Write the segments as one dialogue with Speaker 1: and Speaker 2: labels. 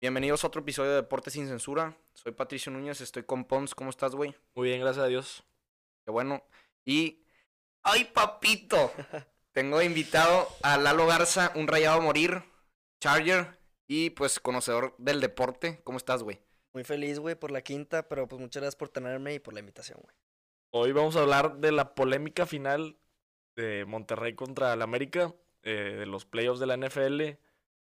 Speaker 1: Bienvenidos a otro episodio de Deportes sin Censura. Soy Patricio Núñez, estoy con Pons. ¿Cómo estás, güey?
Speaker 2: Muy bien, gracias a Dios.
Speaker 1: Qué bueno. Y. ¡Ay, papito! Tengo invitado a Lalo Garza, un rayado a morir, Charger y pues conocedor del deporte. ¿Cómo estás, güey?
Speaker 3: Muy feliz, güey, por la quinta, pero pues muchas gracias por tenerme y por la invitación, güey.
Speaker 2: Hoy vamos a hablar de la polémica final de Monterrey contra el América, eh, de los playoffs de la NFL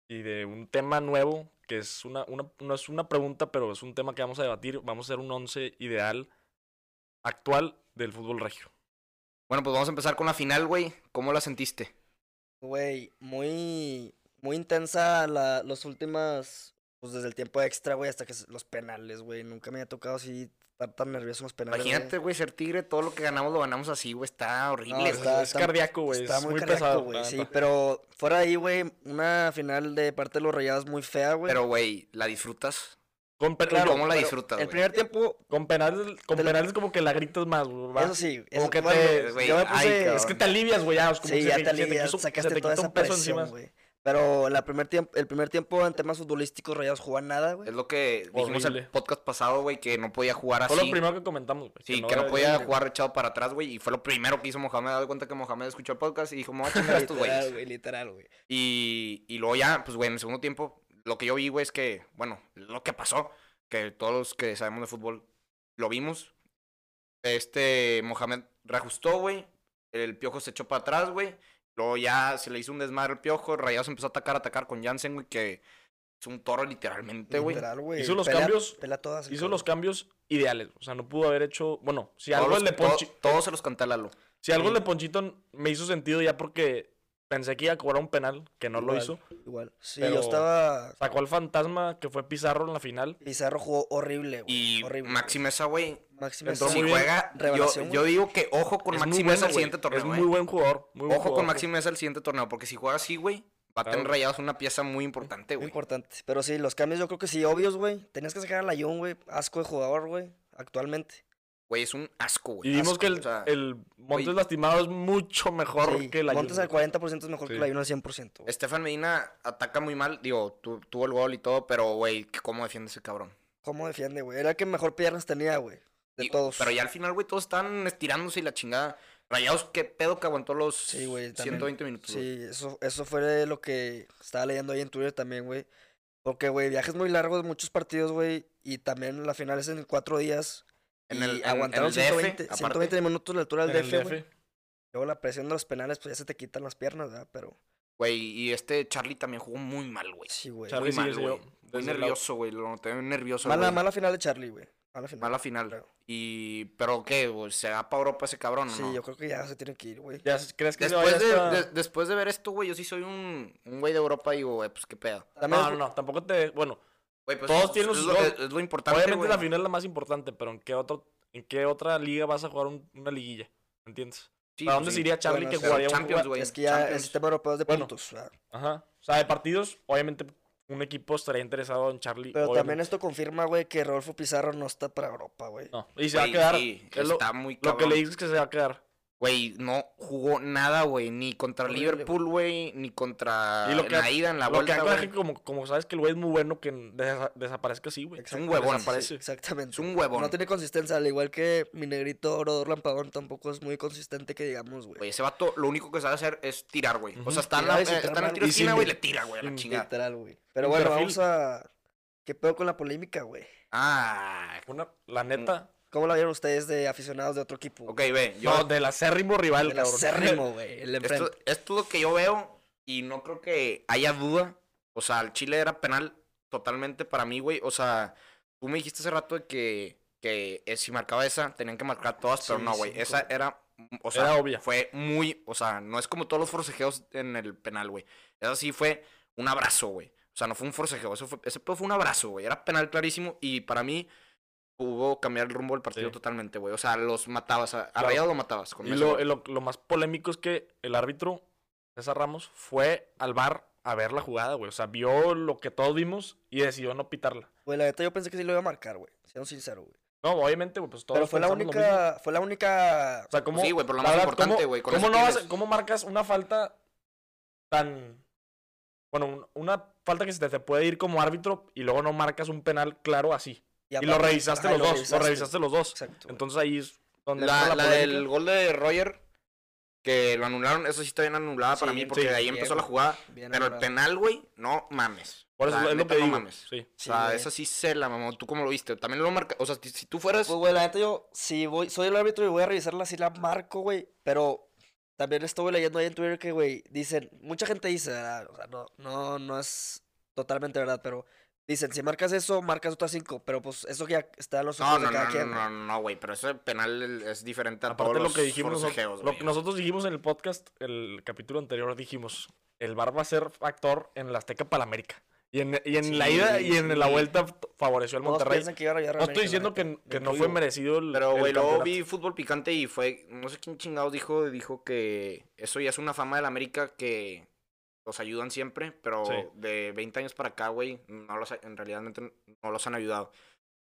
Speaker 2: y de un tema nuevo que es una, una- no es una pregunta, pero es un tema que vamos a debatir. Vamos a hacer un once ideal actual del fútbol regio.
Speaker 1: Bueno, pues vamos a empezar con la final, güey. ¿Cómo la sentiste?
Speaker 3: Güey, muy, muy intensa la, los últimas, pues desde el tiempo extra, güey, hasta que s- los penales, güey. Nunca me había tocado así estar tan nervioso en los penales. güey.
Speaker 1: Imagínate, güey, ser tigre, todo lo que ganamos lo ganamos así, güey. Está horrible,
Speaker 3: No,
Speaker 1: güey.
Speaker 3: está-
Speaker 2: es cardíaco, güey.
Speaker 3: Está
Speaker 2: Es muy,
Speaker 3: cardíaco,
Speaker 2: pesado.
Speaker 3: güey,
Speaker 2: la
Speaker 3: sí,
Speaker 2: neta.
Speaker 3: pero fuera de ahí, güey, una final de parte de los Rayados muy fea, güey.
Speaker 1: Pero, güey, ¿la disfrutas?
Speaker 2: Con, pe-
Speaker 3: Claro,
Speaker 1: ¿Cómo la
Speaker 3: pero
Speaker 1: disfrutas,
Speaker 3: el
Speaker 1: güey?
Speaker 3: primer tiempo,
Speaker 2: con penales, con
Speaker 3: Te la-
Speaker 2: penales como que la gritas más, güey. va.
Speaker 3: eso sí,
Speaker 2: Como
Speaker 3: eso-
Speaker 2: que
Speaker 3: bueno,
Speaker 2: te-
Speaker 1: güey,
Speaker 3: yo me
Speaker 1: ay,
Speaker 3: puse-
Speaker 1: cabrón.
Speaker 2: Es que te alivias, güey. ya, es como
Speaker 3: Sí,
Speaker 2: que se-
Speaker 3: ya te
Speaker 2: se te
Speaker 3: alivias,
Speaker 2: quiso- se
Speaker 3: sacaste
Speaker 2: te
Speaker 3: toda
Speaker 2: quita
Speaker 3: esa
Speaker 2: un peso
Speaker 3: presión,
Speaker 2: encima.
Speaker 3: güey. Pero la primer tiemp- el primer tiempo en temas futbolísticos Rayados jugaban nada, güey.
Speaker 1: Es lo que dijimos en el
Speaker 2: Horrible.
Speaker 1: podcast pasado, güey, que no podía jugar así.
Speaker 2: Fue lo primero que comentamos, güey.
Speaker 1: Sí, que no podía
Speaker 2: debería-
Speaker 1: jugar echado para atrás, güey. Y fue lo primero que hizo Mohamed. Me he dado cuenta que Mohamed escuchó el podcast y dijo, me voy a chingar a estos
Speaker 3: Literal,
Speaker 1: güeyes.
Speaker 3: güey, literal, güey.
Speaker 1: Y, y luego ya, pues, güey, en el segundo tiempo, lo que yo vi, güey, es que, bueno, lo que pasó, que todos los que sabemos de fútbol lo vimos. Este Mohamed reajustó, güey. El piojo se echó para atrás, güey. Luego ya se le hizo un desmadre al piojo. Rayados empezó a atacar, a atacar con Jansen, güey, que es un toro literalmente, güey.
Speaker 3: Literal, güey.
Speaker 2: Hizo los
Speaker 3: Pela-
Speaker 2: cambios-
Speaker 3: pela todas el
Speaker 2: Hizo los
Speaker 3: cabrón.
Speaker 2: cambios ideales. O sea, no pudo haber hecho. Bueno, si
Speaker 1: Todos
Speaker 2: algo
Speaker 1: los-
Speaker 2: el de
Speaker 1: to-
Speaker 2: Ponchi-
Speaker 1: todos se los canté a Lalo.
Speaker 2: Si algo el
Speaker 3: Sí.
Speaker 2: de Ponchito me hizo sentido ya porque pensé que iba a cobrar un penal, que no lo
Speaker 3: Igual.
Speaker 2: hizo.
Speaker 3: Igual. Sí,
Speaker 2: pero-
Speaker 3: yo estaba.
Speaker 2: Sacó al fantasma que fue Pizarro en la final.
Speaker 3: Pizarro jugó horrible, güey.
Speaker 1: Y
Speaker 3: horrible,
Speaker 1: Maxi Mesa, güey,
Speaker 3: güey. Maxi
Speaker 2: entró
Speaker 3: Mesa,
Speaker 1: si
Speaker 2: muy bien.
Speaker 1: juega,
Speaker 3: Revelación,
Speaker 1: yo, yo
Speaker 3: güey.
Speaker 1: digo que ojo con
Speaker 2: Es
Speaker 1: Maxi
Speaker 2: muy
Speaker 1: Mesa
Speaker 2: bueno,
Speaker 1: al siguiente
Speaker 2: güey.
Speaker 1: torneo.
Speaker 2: Es muy
Speaker 1: eh.
Speaker 2: buen jugador. Muy buen
Speaker 1: Ojo con
Speaker 2: jugador.
Speaker 1: Maxi Mesa al siguiente torneo, porque si juega así, güey, va a tener
Speaker 2: Claro.
Speaker 1: rayados una pieza muy importante,
Speaker 3: muy
Speaker 1: güey.
Speaker 3: importante. Pero sí, los cambios yo creo que sí, obvios, güey. Tenías que sacar a Layón, güey. Asco de jugador, güey. Actualmente.
Speaker 1: Güey, es un asco,
Speaker 2: Y
Speaker 1: güey.
Speaker 2: vimos
Speaker 1: asco,
Speaker 2: que el,
Speaker 1: o sea,
Speaker 2: el Montes
Speaker 1: güey.
Speaker 2: lastimado es mucho mejor
Speaker 3: Sí,
Speaker 2: que la
Speaker 3: Montes al 40% es mejor
Speaker 2: Sí.
Speaker 3: que Layón al 100%. güey.
Speaker 1: Estefan Medina ataca muy mal, digo, tu- tuvo el gol y todo, pero, güey, que cómo defiende ese cabrón.
Speaker 3: ¿Cómo defiende, güey? Era el que mejor piernas tenía, güey. De
Speaker 1: Y-
Speaker 3: todos.
Speaker 1: Pero ya al final, güey, todos están estirándose y la chingada. Rayados, qué pedo que aguantó los
Speaker 3: Sí, güey, también.
Speaker 1: 120 minutos. pues, güey.
Speaker 3: Sí, eso, eso fue lo que estaba leyendo ahí en Twitter también, güey. Porque, güey, viajes muy largos, muchos partidos, güey. Y también la final es en cuatro días.
Speaker 1: En
Speaker 3: y
Speaker 1: el- en- en el
Speaker 3: aguantaron
Speaker 1: DF,
Speaker 3: 120,
Speaker 1: aparte.
Speaker 3: 120 minutos la altura
Speaker 2: En
Speaker 3: del
Speaker 2: el
Speaker 3: DF,
Speaker 2: DF.
Speaker 3: güey. Luego la presión de los penales, pues ya se te quitan las piernas, ¿verdad? Pero
Speaker 1: Güey, y este Charlie también jugó muy mal, güey.
Speaker 3: sí, güey.
Speaker 2: Charlie
Speaker 1: mal,
Speaker 2: sigue siendo-
Speaker 1: güey. Muy
Speaker 2: desde el
Speaker 1: nervioso, güey, lo noté nervioso.
Speaker 3: Mala,
Speaker 1: güey.
Speaker 3: mala final de Charlie, güey. Mala final.
Speaker 1: Mala final.
Speaker 3: creo.
Speaker 1: Y, pero qué, güey, se va para Europa ese cabrón, o
Speaker 3: Sí,
Speaker 1: ¿no?
Speaker 3: yo creo que ya se tiene que ir, güey.
Speaker 2: lado- Ya, ¿Crees que se
Speaker 1: Después de,
Speaker 2: vaya hasta-
Speaker 1: de- después de ver esto, güey, yo sí soy un, un güey de Europa y digo, güey, pues qué pedo.
Speaker 3: También
Speaker 2: No,
Speaker 3: es-
Speaker 2: no, no, tampoco te. Bueno,
Speaker 1: Güey, pues,
Speaker 2: Todos
Speaker 1: es-
Speaker 2: tienen
Speaker 1: es,
Speaker 2: sus
Speaker 1: lo,
Speaker 2: gol.
Speaker 1: es- es lo importante,
Speaker 2: obviamente
Speaker 1: güey.
Speaker 2: la final es la más importante, pero ¿en qué, otro, ¿en qué otra liga vas a jugar un- una liguilla? ¿Me entiendes?
Speaker 1: Sí,
Speaker 2: ¿Para
Speaker 1: pues,
Speaker 2: dónde
Speaker 1: sí.
Speaker 2: se iría Charlie
Speaker 3: Bueno,
Speaker 2: que
Speaker 3: pero
Speaker 2: jugaría un
Speaker 1: Champions,
Speaker 2: jugua-
Speaker 1: güey,
Speaker 3: es que ya este el
Speaker 1: Champions.
Speaker 3: sistema europeo es de
Speaker 2: Bueno,
Speaker 3: puntos, ¿verdad?
Speaker 2: Ajá. O sea, de partidos, obviamente un equipo estaría interesado en Charlie.
Speaker 3: Pero también
Speaker 2: obviamente.
Speaker 3: esto confirma, güey, que Rodolfo Pizarro no está para Europa, güey.
Speaker 2: No, y se va a
Speaker 1: Güey,
Speaker 2: quedar.
Speaker 1: sí,
Speaker 2: es lo,
Speaker 1: está muy
Speaker 2: lo
Speaker 1: cabrón.
Speaker 2: que le dices que se va a quedar.
Speaker 1: Güey, no jugó nada, güey, ni contra
Speaker 3: Horrible,
Speaker 1: Liverpool, güey, ni contra
Speaker 2: Y lo que-
Speaker 1: la ida, en la
Speaker 2: lo que
Speaker 1: vuelta,
Speaker 2: da coraje
Speaker 1: güey.
Speaker 2: que como, como sabes que el güey es muy bueno que desa- desaparezca así, güey.
Speaker 3: Exacto.
Speaker 1: Es un huevón.
Speaker 2: Desaparece.
Speaker 3: Sí, Pues exactamente.
Speaker 1: Es un huevón.
Speaker 3: No tiene consistencia, al igual que mi negrito Rodor Lampadón tampoco es muy consistente que digamos, güey.
Speaker 1: Güey, ese vato lo único que sabe hacer es tirar, güey. O
Speaker 2: Ujú.
Speaker 1: sea, está en, la,
Speaker 3: Tirar y
Speaker 1: eh,
Speaker 3: centrar
Speaker 1: está en el
Speaker 3: mal.
Speaker 1: tiro
Speaker 2: Y
Speaker 1: de esquina, güey,
Speaker 2: sin-
Speaker 1: le tira, güey, a la
Speaker 2: sin
Speaker 1: chingada.
Speaker 3: Mm, Literal, güey. Pero
Speaker 2: Un
Speaker 3: bueno,
Speaker 2: perfil.
Speaker 3: vamos a. ¿Qué pedo con la polémica, güey?
Speaker 1: Ah,
Speaker 2: Una- la neta,
Speaker 3: ¿Cómo la vieron ustedes de aficionados de otro equipo?
Speaker 1: ok, ve, Mm, yo...
Speaker 2: no, del acérrimo rival,
Speaker 3: El
Speaker 2: cabrón.
Speaker 3: acérrimo, güey. El de
Speaker 1: Esto,
Speaker 3: enfrente.
Speaker 1: esto es lo que yo veo y no creo que haya duda. O sea, el Chile era penal totalmente para mí, güey. O sea, tú me dijiste hace rato de que, que eh, si marcaba esa, tenían que marcar todas, pero
Speaker 3: Sí,
Speaker 1: no,
Speaker 3: sí,
Speaker 1: güey.
Speaker 3: me
Speaker 1: esa
Speaker 3: acuerdo.
Speaker 1: era, mm, o sea,
Speaker 2: Era obvia.
Speaker 1: fue muy, o sea, no es como todos los forcejeos en el penal, güey. Esa sí fue un abrazo, güey. O sea, no fue un forcejeo, eso fue, ese pedo fue un abrazo, güey. Era penal clarísimo y para mí hubo cambiar el rumbo del partido
Speaker 2: Sí.
Speaker 1: totalmente, güey. O sea, los matabas, a, a
Speaker 2: Claro.
Speaker 1: Rayados lo matabas. Con
Speaker 2: Y
Speaker 1: ese
Speaker 2: lo,
Speaker 1: gol.
Speaker 2: lo- lo más polémico es que el árbitro, César Ramos, fue al bar a ver la jugada, güey. O sea, vio lo que todos vimos y decidió no pitarla.
Speaker 3: Güey, la neta yo pensé que sí lo iba a marcar, güey. Siendo sincero, güey.
Speaker 2: No, obviamente, güey, pues todos
Speaker 3: Pero fue la
Speaker 2: pensamos lo mismo.
Speaker 3: única. Fue la única.
Speaker 2: O sea, ¿cómo,
Speaker 1: Sí, güey, pero lo
Speaker 2: la
Speaker 1: más
Speaker 2: verdad,
Speaker 1: importante,
Speaker 2: ¿cómo-
Speaker 1: güey, con
Speaker 2: ¿cómo,
Speaker 1: los
Speaker 2: no vas-
Speaker 1: Tigres?
Speaker 2: ¿Cómo marcas una falta tan. Bueno, un- una falta que se te, te puede ir como árbitro y luego no marcas un penal claro así. Y, lo
Speaker 3: aparte-
Speaker 2: revisaste
Speaker 3: ajá, y
Speaker 2: los dos, lo revisaste los dos.
Speaker 3: Exacto. güey.
Speaker 2: Entonces ahí es donde
Speaker 1: La,
Speaker 2: entra
Speaker 1: la
Speaker 2: polémica.
Speaker 1: del gol de Roger, que lo anularon, eso sí está bien anulada para
Speaker 3: Sí,
Speaker 1: mí, porque de ahí
Speaker 3: sí,
Speaker 1: empezó
Speaker 3: güey.
Speaker 1: la jugada.
Speaker 3: Bien
Speaker 1: Pero el
Speaker 3: anulado.
Speaker 1: penal, güey, no mames.
Speaker 2: Por eso
Speaker 1: La
Speaker 2: es lo
Speaker 1: neta,
Speaker 2: que digo.
Speaker 1: No mames.
Speaker 2: Sí.
Speaker 1: O sea,
Speaker 3: güey.
Speaker 1: esa sí se la mamó. ¿Tú cómo lo viste? También lo marca. O sea, ti- si tú fueras.
Speaker 3: Pues, güey, la neta, yo, si voy, soy el árbitro y voy a revisarla, sí la marco, güey. Pero también estuve leyendo ahí en Twitter que, güey, dicen, mucha gente dice, ¿verdad? O sea, no, no, no es totalmente verdad, pero dicen, si marcas eso, marcas otras cinco. Pero pues eso ya está en los
Speaker 1: No,
Speaker 3: ojos
Speaker 1: no,
Speaker 3: de cada
Speaker 1: no, no,
Speaker 3: quien.
Speaker 1: no, no, güey. Pero ese penal el- es diferente a
Speaker 2: Aparte
Speaker 1: todos
Speaker 2: lo que
Speaker 1: los
Speaker 2: dijimos
Speaker 1: forcejeos,
Speaker 2: nosotros, lo
Speaker 1: güey.
Speaker 2: que nosotros dijimos en el podcast, el capítulo anterior dijimos, el VAR va a ser factor en la Azteca para la América. Y en, y en la ida y en la
Speaker 3: sí.
Speaker 2: vuelta favoreció al
Speaker 3: Todos
Speaker 2: Monterrey.
Speaker 3: piensan que iba a rayar a
Speaker 2: No
Speaker 3: América,
Speaker 2: estoy
Speaker 3: la
Speaker 2: diciendo
Speaker 3: neta,
Speaker 2: que, que
Speaker 3: me
Speaker 2: no fue
Speaker 3: incluyo.
Speaker 2: merecido el
Speaker 1: Pero,
Speaker 2: el
Speaker 1: güey, luego
Speaker 2: campeonato.
Speaker 1: vi fútbol picante y fue. No sé quién chingados dijo. Dijo que eso ya es una fama de la América que los ayudan siempre. Pero
Speaker 2: Sí.
Speaker 1: de 20 años para acá, güey, no los ha- en realidad no los han ayudado.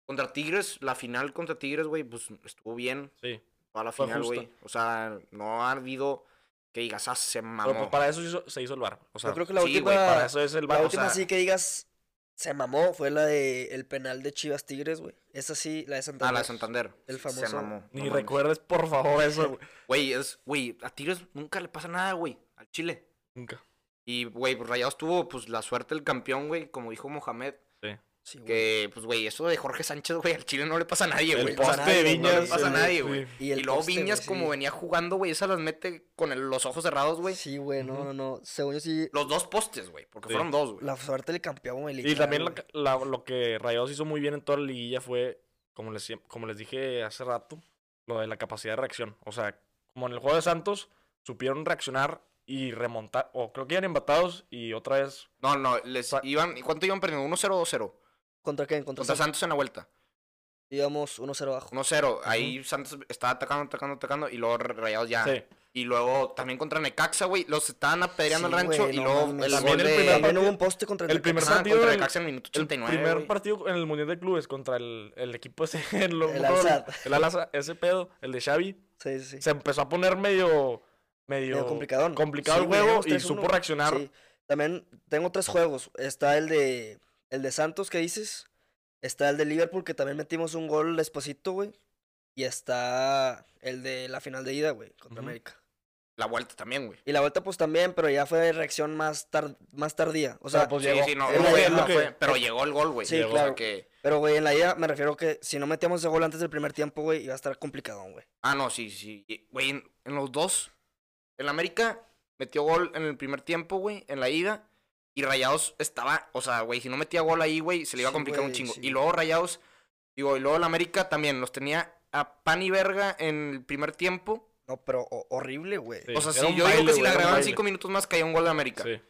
Speaker 1: Contra Tigres, la final contra Tigres, güey, pues estuvo bien.
Speaker 2: Sí.
Speaker 1: Fue a la
Speaker 2: Fue
Speaker 1: final,
Speaker 2: justa.
Speaker 1: güey. O sea, no ha habido que digas, ah, se mamó.
Speaker 2: Pero pues, para eso se hizo, se hizo el VAR. O sea,
Speaker 3: Yo creo que la
Speaker 1: sí, güey,
Speaker 3: última,
Speaker 2: para eso es el
Speaker 3: la
Speaker 2: VAR. O
Speaker 3: última
Speaker 2: sea,
Speaker 3: sí que digas, se mamó, fue la de el penal de Chivas Tigres, güey. Esa sí, la de Santander.
Speaker 1: Ah, la de Santander.
Speaker 3: El
Speaker 1: Se
Speaker 3: famoso-
Speaker 1: mamó.
Speaker 2: ni
Speaker 1: no mames.
Speaker 2: recuerdes, por favor, eso, güey.
Speaker 1: Güey, es, güey, a Tigres nunca le pasa nada, güey, al Chile.
Speaker 2: Nunca.
Speaker 1: Y, güey, pues Rayados tuvo, pues, la suerte del campeón, güey, como dijo Mohamed.
Speaker 3: Sí, güey.
Speaker 1: Que, pues, güey, eso de Jorge Sánchez, güey, al Chile no le pasa a nadie, güey.
Speaker 2: El
Speaker 1: O sea,
Speaker 2: poste de
Speaker 3: nadie, no
Speaker 2: Viñas.
Speaker 3: le pasa a
Speaker 2: sí,
Speaker 1: nadie,
Speaker 2: sí.
Speaker 1: güey.
Speaker 3: Y
Speaker 1: Y,
Speaker 3: el
Speaker 1: luego
Speaker 3: poste, güey,
Speaker 1: Viñas, como
Speaker 3: sí.
Speaker 1: venía jugando, güey, esas las mete con el- los ojos cerrados, güey.
Speaker 3: Sí, güey, no,
Speaker 2: Ujú.
Speaker 3: no, no. Según yo sí,
Speaker 1: Los dos postes, güey, porque
Speaker 2: Sí.
Speaker 1: fueron dos, güey.
Speaker 3: la suerte del campeón, güey.
Speaker 2: Y
Speaker 3: literal,
Speaker 2: también la-
Speaker 3: güey.
Speaker 2: la- lo que Rayados hizo muy bien en toda la liguilla fue, como les, como les dije hace rato, lo de la capacidad de reacción. O sea, como en el juego de Santos, supieron reaccionar y remontar, o creo que iban empatados y otra vez
Speaker 1: No, no, les
Speaker 2: Sa-
Speaker 1: iban, ¿cuánto iban perdiendo? 1-0 o 2-0.
Speaker 3: ¿Contra quién? Contra
Speaker 1: Contra
Speaker 3: Santos.
Speaker 1: Santos en la vuelta.
Speaker 3: Íbamos 1-0 abajo. Eh,
Speaker 1: 1-0. Ahí Santos estaba atacando, atacando, atacando. Y luego Rayados ya.
Speaker 2: Sí.
Speaker 1: Y luego también contra Necaxa, güey. Los estaban apedreando
Speaker 3: Sí,
Speaker 1: al rancho.
Speaker 3: güey,
Speaker 1: y
Speaker 3: no
Speaker 1: luego
Speaker 3: mames.
Speaker 1: el
Speaker 2: También
Speaker 1: gol
Speaker 2: el
Speaker 1: de-
Speaker 2: primer
Speaker 3: También
Speaker 2: partido-
Speaker 3: hubo un poste contra el,
Speaker 2: el primer
Speaker 1: Ajá,
Speaker 2: partido
Speaker 1: contra
Speaker 2: del-
Speaker 1: Necaxa en el minuto
Speaker 2: El
Speaker 1: 89.
Speaker 2: primer
Speaker 1: güey.
Speaker 2: partido en el Mundial de Clubes contra el, el equipo ese, el, Al
Speaker 3: El Al-Sadd.
Speaker 2: el Al-Sadd, ese pedo, el de Xavi,
Speaker 3: Sí, sí, sí.
Speaker 2: se empezó a poner medio, medio,
Speaker 3: Medio complicadón.
Speaker 2: complicado
Speaker 3: Sí,
Speaker 2: el
Speaker 3: güey,
Speaker 2: juego
Speaker 3: íbamos
Speaker 2: y
Speaker 3: 3-1,
Speaker 2: supo reaccionar.
Speaker 3: Sí. También tengo tres juegos. Está el de el de Santos que dices. Está el de Liverpool que también metimos un gol despacito, güey. Y está el de la final de ida, güey, contra
Speaker 2: Ujú.
Speaker 3: América.
Speaker 1: La vuelta también, güey.
Speaker 3: Y la vuelta pues también, pero ya fue de reacción más tar- más tardía. O sea,
Speaker 2: pues,
Speaker 1: Sí,
Speaker 2: llegó.
Speaker 1: sí, no,
Speaker 3: Es
Speaker 1: no,
Speaker 3: lo
Speaker 1: güey,
Speaker 3: que-
Speaker 1: no
Speaker 2: lo que-
Speaker 1: fue- pero llegó el gol, güey.
Speaker 3: Sí,
Speaker 1: Llegó, o sea
Speaker 3: claro.
Speaker 1: que-
Speaker 3: pero güey, en la ida me refiero que si no metíamos ese gol antes del primer tiempo, güey, iba a estar complicadón, güey.
Speaker 1: Ah, no, sí, sí. Y, Güey, en, en los dos. El América metió gol en el primer tiempo, güey, en la ida. Y Rayados estaba, o sea, güey, si no metía gol ahí, güey, se le iba a
Speaker 3: Sí,
Speaker 1: complicar un
Speaker 3: güey,
Speaker 1: chingo.
Speaker 3: sí.
Speaker 1: Y luego Rayados, digo, y luego el América también los tenía a pan y verga en el primer tiempo.
Speaker 3: No, pero ho- horrible, güey.
Speaker 2: Sí.
Speaker 1: O sea,
Speaker 2: era
Speaker 1: si
Speaker 2: un
Speaker 1: yo digo
Speaker 2: baile,
Speaker 1: que si
Speaker 2: güey,
Speaker 1: la
Speaker 2: era un
Speaker 1: grababan
Speaker 2: baile.
Speaker 1: cinco minutos más, caía un gol de América.
Speaker 2: Sí.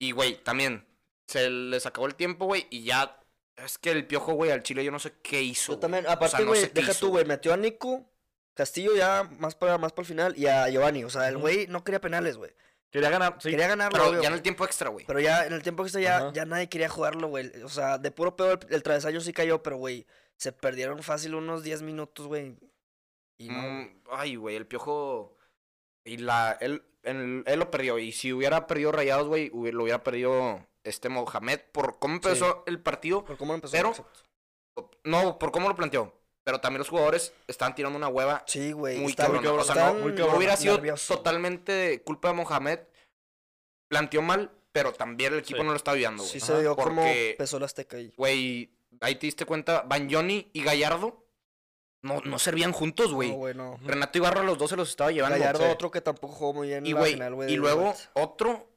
Speaker 1: Y, güey, también. Se les acabó el tiempo, güey, y ya. Es que el piojo, güey, al Chile yo no sé qué hizo.
Speaker 3: Yo también,
Speaker 1: güey. O sea,
Speaker 3: aparte,
Speaker 1: no
Speaker 3: güey,
Speaker 1: sé qué
Speaker 3: deja
Speaker 1: hizo,
Speaker 3: tú, güey, metió a Nico, Castillo ya más para, más para el final y a Giovanni. O sea, el
Speaker 2: Ujú.
Speaker 3: güey no quería penales, güey.
Speaker 2: Quería ganar, sí.
Speaker 3: Quería ganarlo,
Speaker 1: Pero
Speaker 3: obvio,
Speaker 1: ya en
Speaker 3: güey.
Speaker 1: el tiempo extra, güey.
Speaker 3: Pero ya en el tiempo que está ya,
Speaker 2: Ajá.
Speaker 3: ya nadie quería jugarlo, güey. O sea, de puro pedo el, el travesaño sí cayó, pero, güey, se perdieron fácil unos 10 minutos, güey. Y no, güey.
Speaker 1: Mm, ay, güey, el piojo. Y la. Él, él, él lo perdió. Y si hubiera perdido Rayados, güey, hubi- lo hubiera perdido este Mohamed por cómo empezó el partido.
Speaker 3: ¿Por cómo empezó?
Speaker 1: pero-
Speaker 3: Exacto.
Speaker 1: No, por cómo lo planteó. Pero también los jugadores estaban tirando una hueva
Speaker 3: Sí, güey.
Speaker 1: muy
Speaker 3: estaban-
Speaker 1: cabrón. O sea, no,
Speaker 3: estaban
Speaker 2: muy cabrón.
Speaker 1: hubiera sido
Speaker 3: nerviosos, güey.
Speaker 1: totalmente culpa de Mohamed. Planteó mal, pero también el equipo
Speaker 2: Sí.
Speaker 1: no lo estaba ayudando, güey.
Speaker 3: Sí
Speaker 2: Ajá,
Speaker 3: se dio como
Speaker 1: porque-
Speaker 3: empezó la Azteca ahí.
Speaker 1: Güey, ahí te diste cuenta, Banjoni y Gallardo no, no servían juntos, güey.
Speaker 3: No, güey, no.
Speaker 2: Ujú.
Speaker 1: Renato Ibarra los dos se los estaba llevando.
Speaker 3: Gallardo,
Speaker 1: Sí.
Speaker 3: otro que tampoco jugó muy bien
Speaker 1: Y,
Speaker 3: en la
Speaker 1: güey,
Speaker 3: final, güey.
Speaker 1: y
Speaker 3: de
Speaker 1: luego
Speaker 3: Libertadores.
Speaker 1: otro,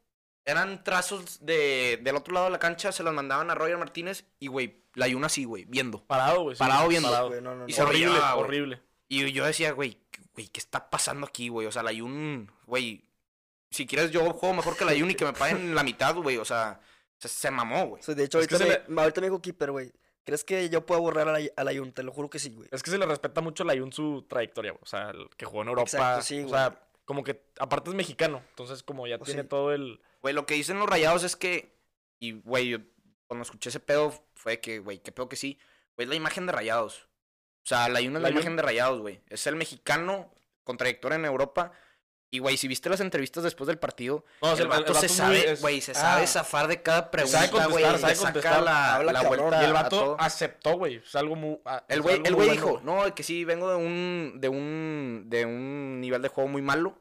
Speaker 1: eran trazos de, del otro lado de la cancha, se los mandaban a Roger Martínez y, güey, la ayuna así, güey, viendo.
Speaker 2: Parado, güey. sí,
Speaker 1: Parado viendo.
Speaker 3: Güey, no, no,
Speaker 1: y
Speaker 3: no.
Speaker 1: se
Speaker 2: Horrible,
Speaker 1: rayaba, güey.
Speaker 2: horrible.
Speaker 1: Y yo decía, güey, ¿qué- güey, ¿qué está pasando aquí, güey? O sea, la ayun, güey, si quieres yo juego mejor que la ayun y que me paguen la mitad, güey, o sea, se, se mamó, güey.
Speaker 3: O sea, ah, de hecho,
Speaker 2: Es que
Speaker 3: ahorita,
Speaker 2: se
Speaker 3: me, me- ahorita me dijo Keeper, güey. ¿Crees que yo puedo borrar a la, a la Jun? Te lo juro que sí, güey.
Speaker 2: Es que se le respeta mucho a Layun su trayectoria, güey. O sea, el que jugó en Europa.
Speaker 3: Exacto, sí,
Speaker 2: o
Speaker 3: güey.
Speaker 2: sea, como que aparte es mexicano. Entonces, como ya
Speaker 3: Pues
Speaker 2: tiene
Speaker 3: sí.
Speaker 2: todo el.
Speaker 1: Güey, lo que dicen los rayados es que, y, güey, yo cuando escuché ese pedo fue que, güey, qué pedo que sí, güey, es la imagen de rayados. O sea, la ayuna es la
Speaker 2: Layún.
Speaker 1: imagen de rayados, güey. Es el mexicano con trayectoria en Europa Y, güey, si viste las entrevistas después del partido,
Speaker 2: No, o
Speaker 1: el,
Speaker 2: sea,
Speaker 1: vato se
Speaker 2: es muy-
Speaker 1: sabe,
Speaker 2: es-
Speaker 1: güey, se
Speaker 3: ah.
Speaker 1: sabe zafar de cada pregunta,
Speaker 2: Sabe contestar,
Speaker 1: güey.
Speaker 2: sabe
Speaker 1: le saca
Speaker 2: contestar.
Speaker 1: la,
Speaker 3: Habla
Speaker 1: la
Speaker 3: cabrón.
Speaker 1: vuelta
Speaker 2: Y el
Speaker 1: a
Speaker 2: vato
Speaker 1: todo.
Speaker 2: aceptó, güey. Es algo muy. ah,
Speaker 1: El
Speaker 2: es
Speaker 1: güey
Speaker 2: algo
Speaker 1: el
Speaker 2: muy
Speaker 1: güey
Speaker 2: bueno,
Speaker 1: dijo, no, que sí, vengo de un, de un, de un nivel de juego muy malo.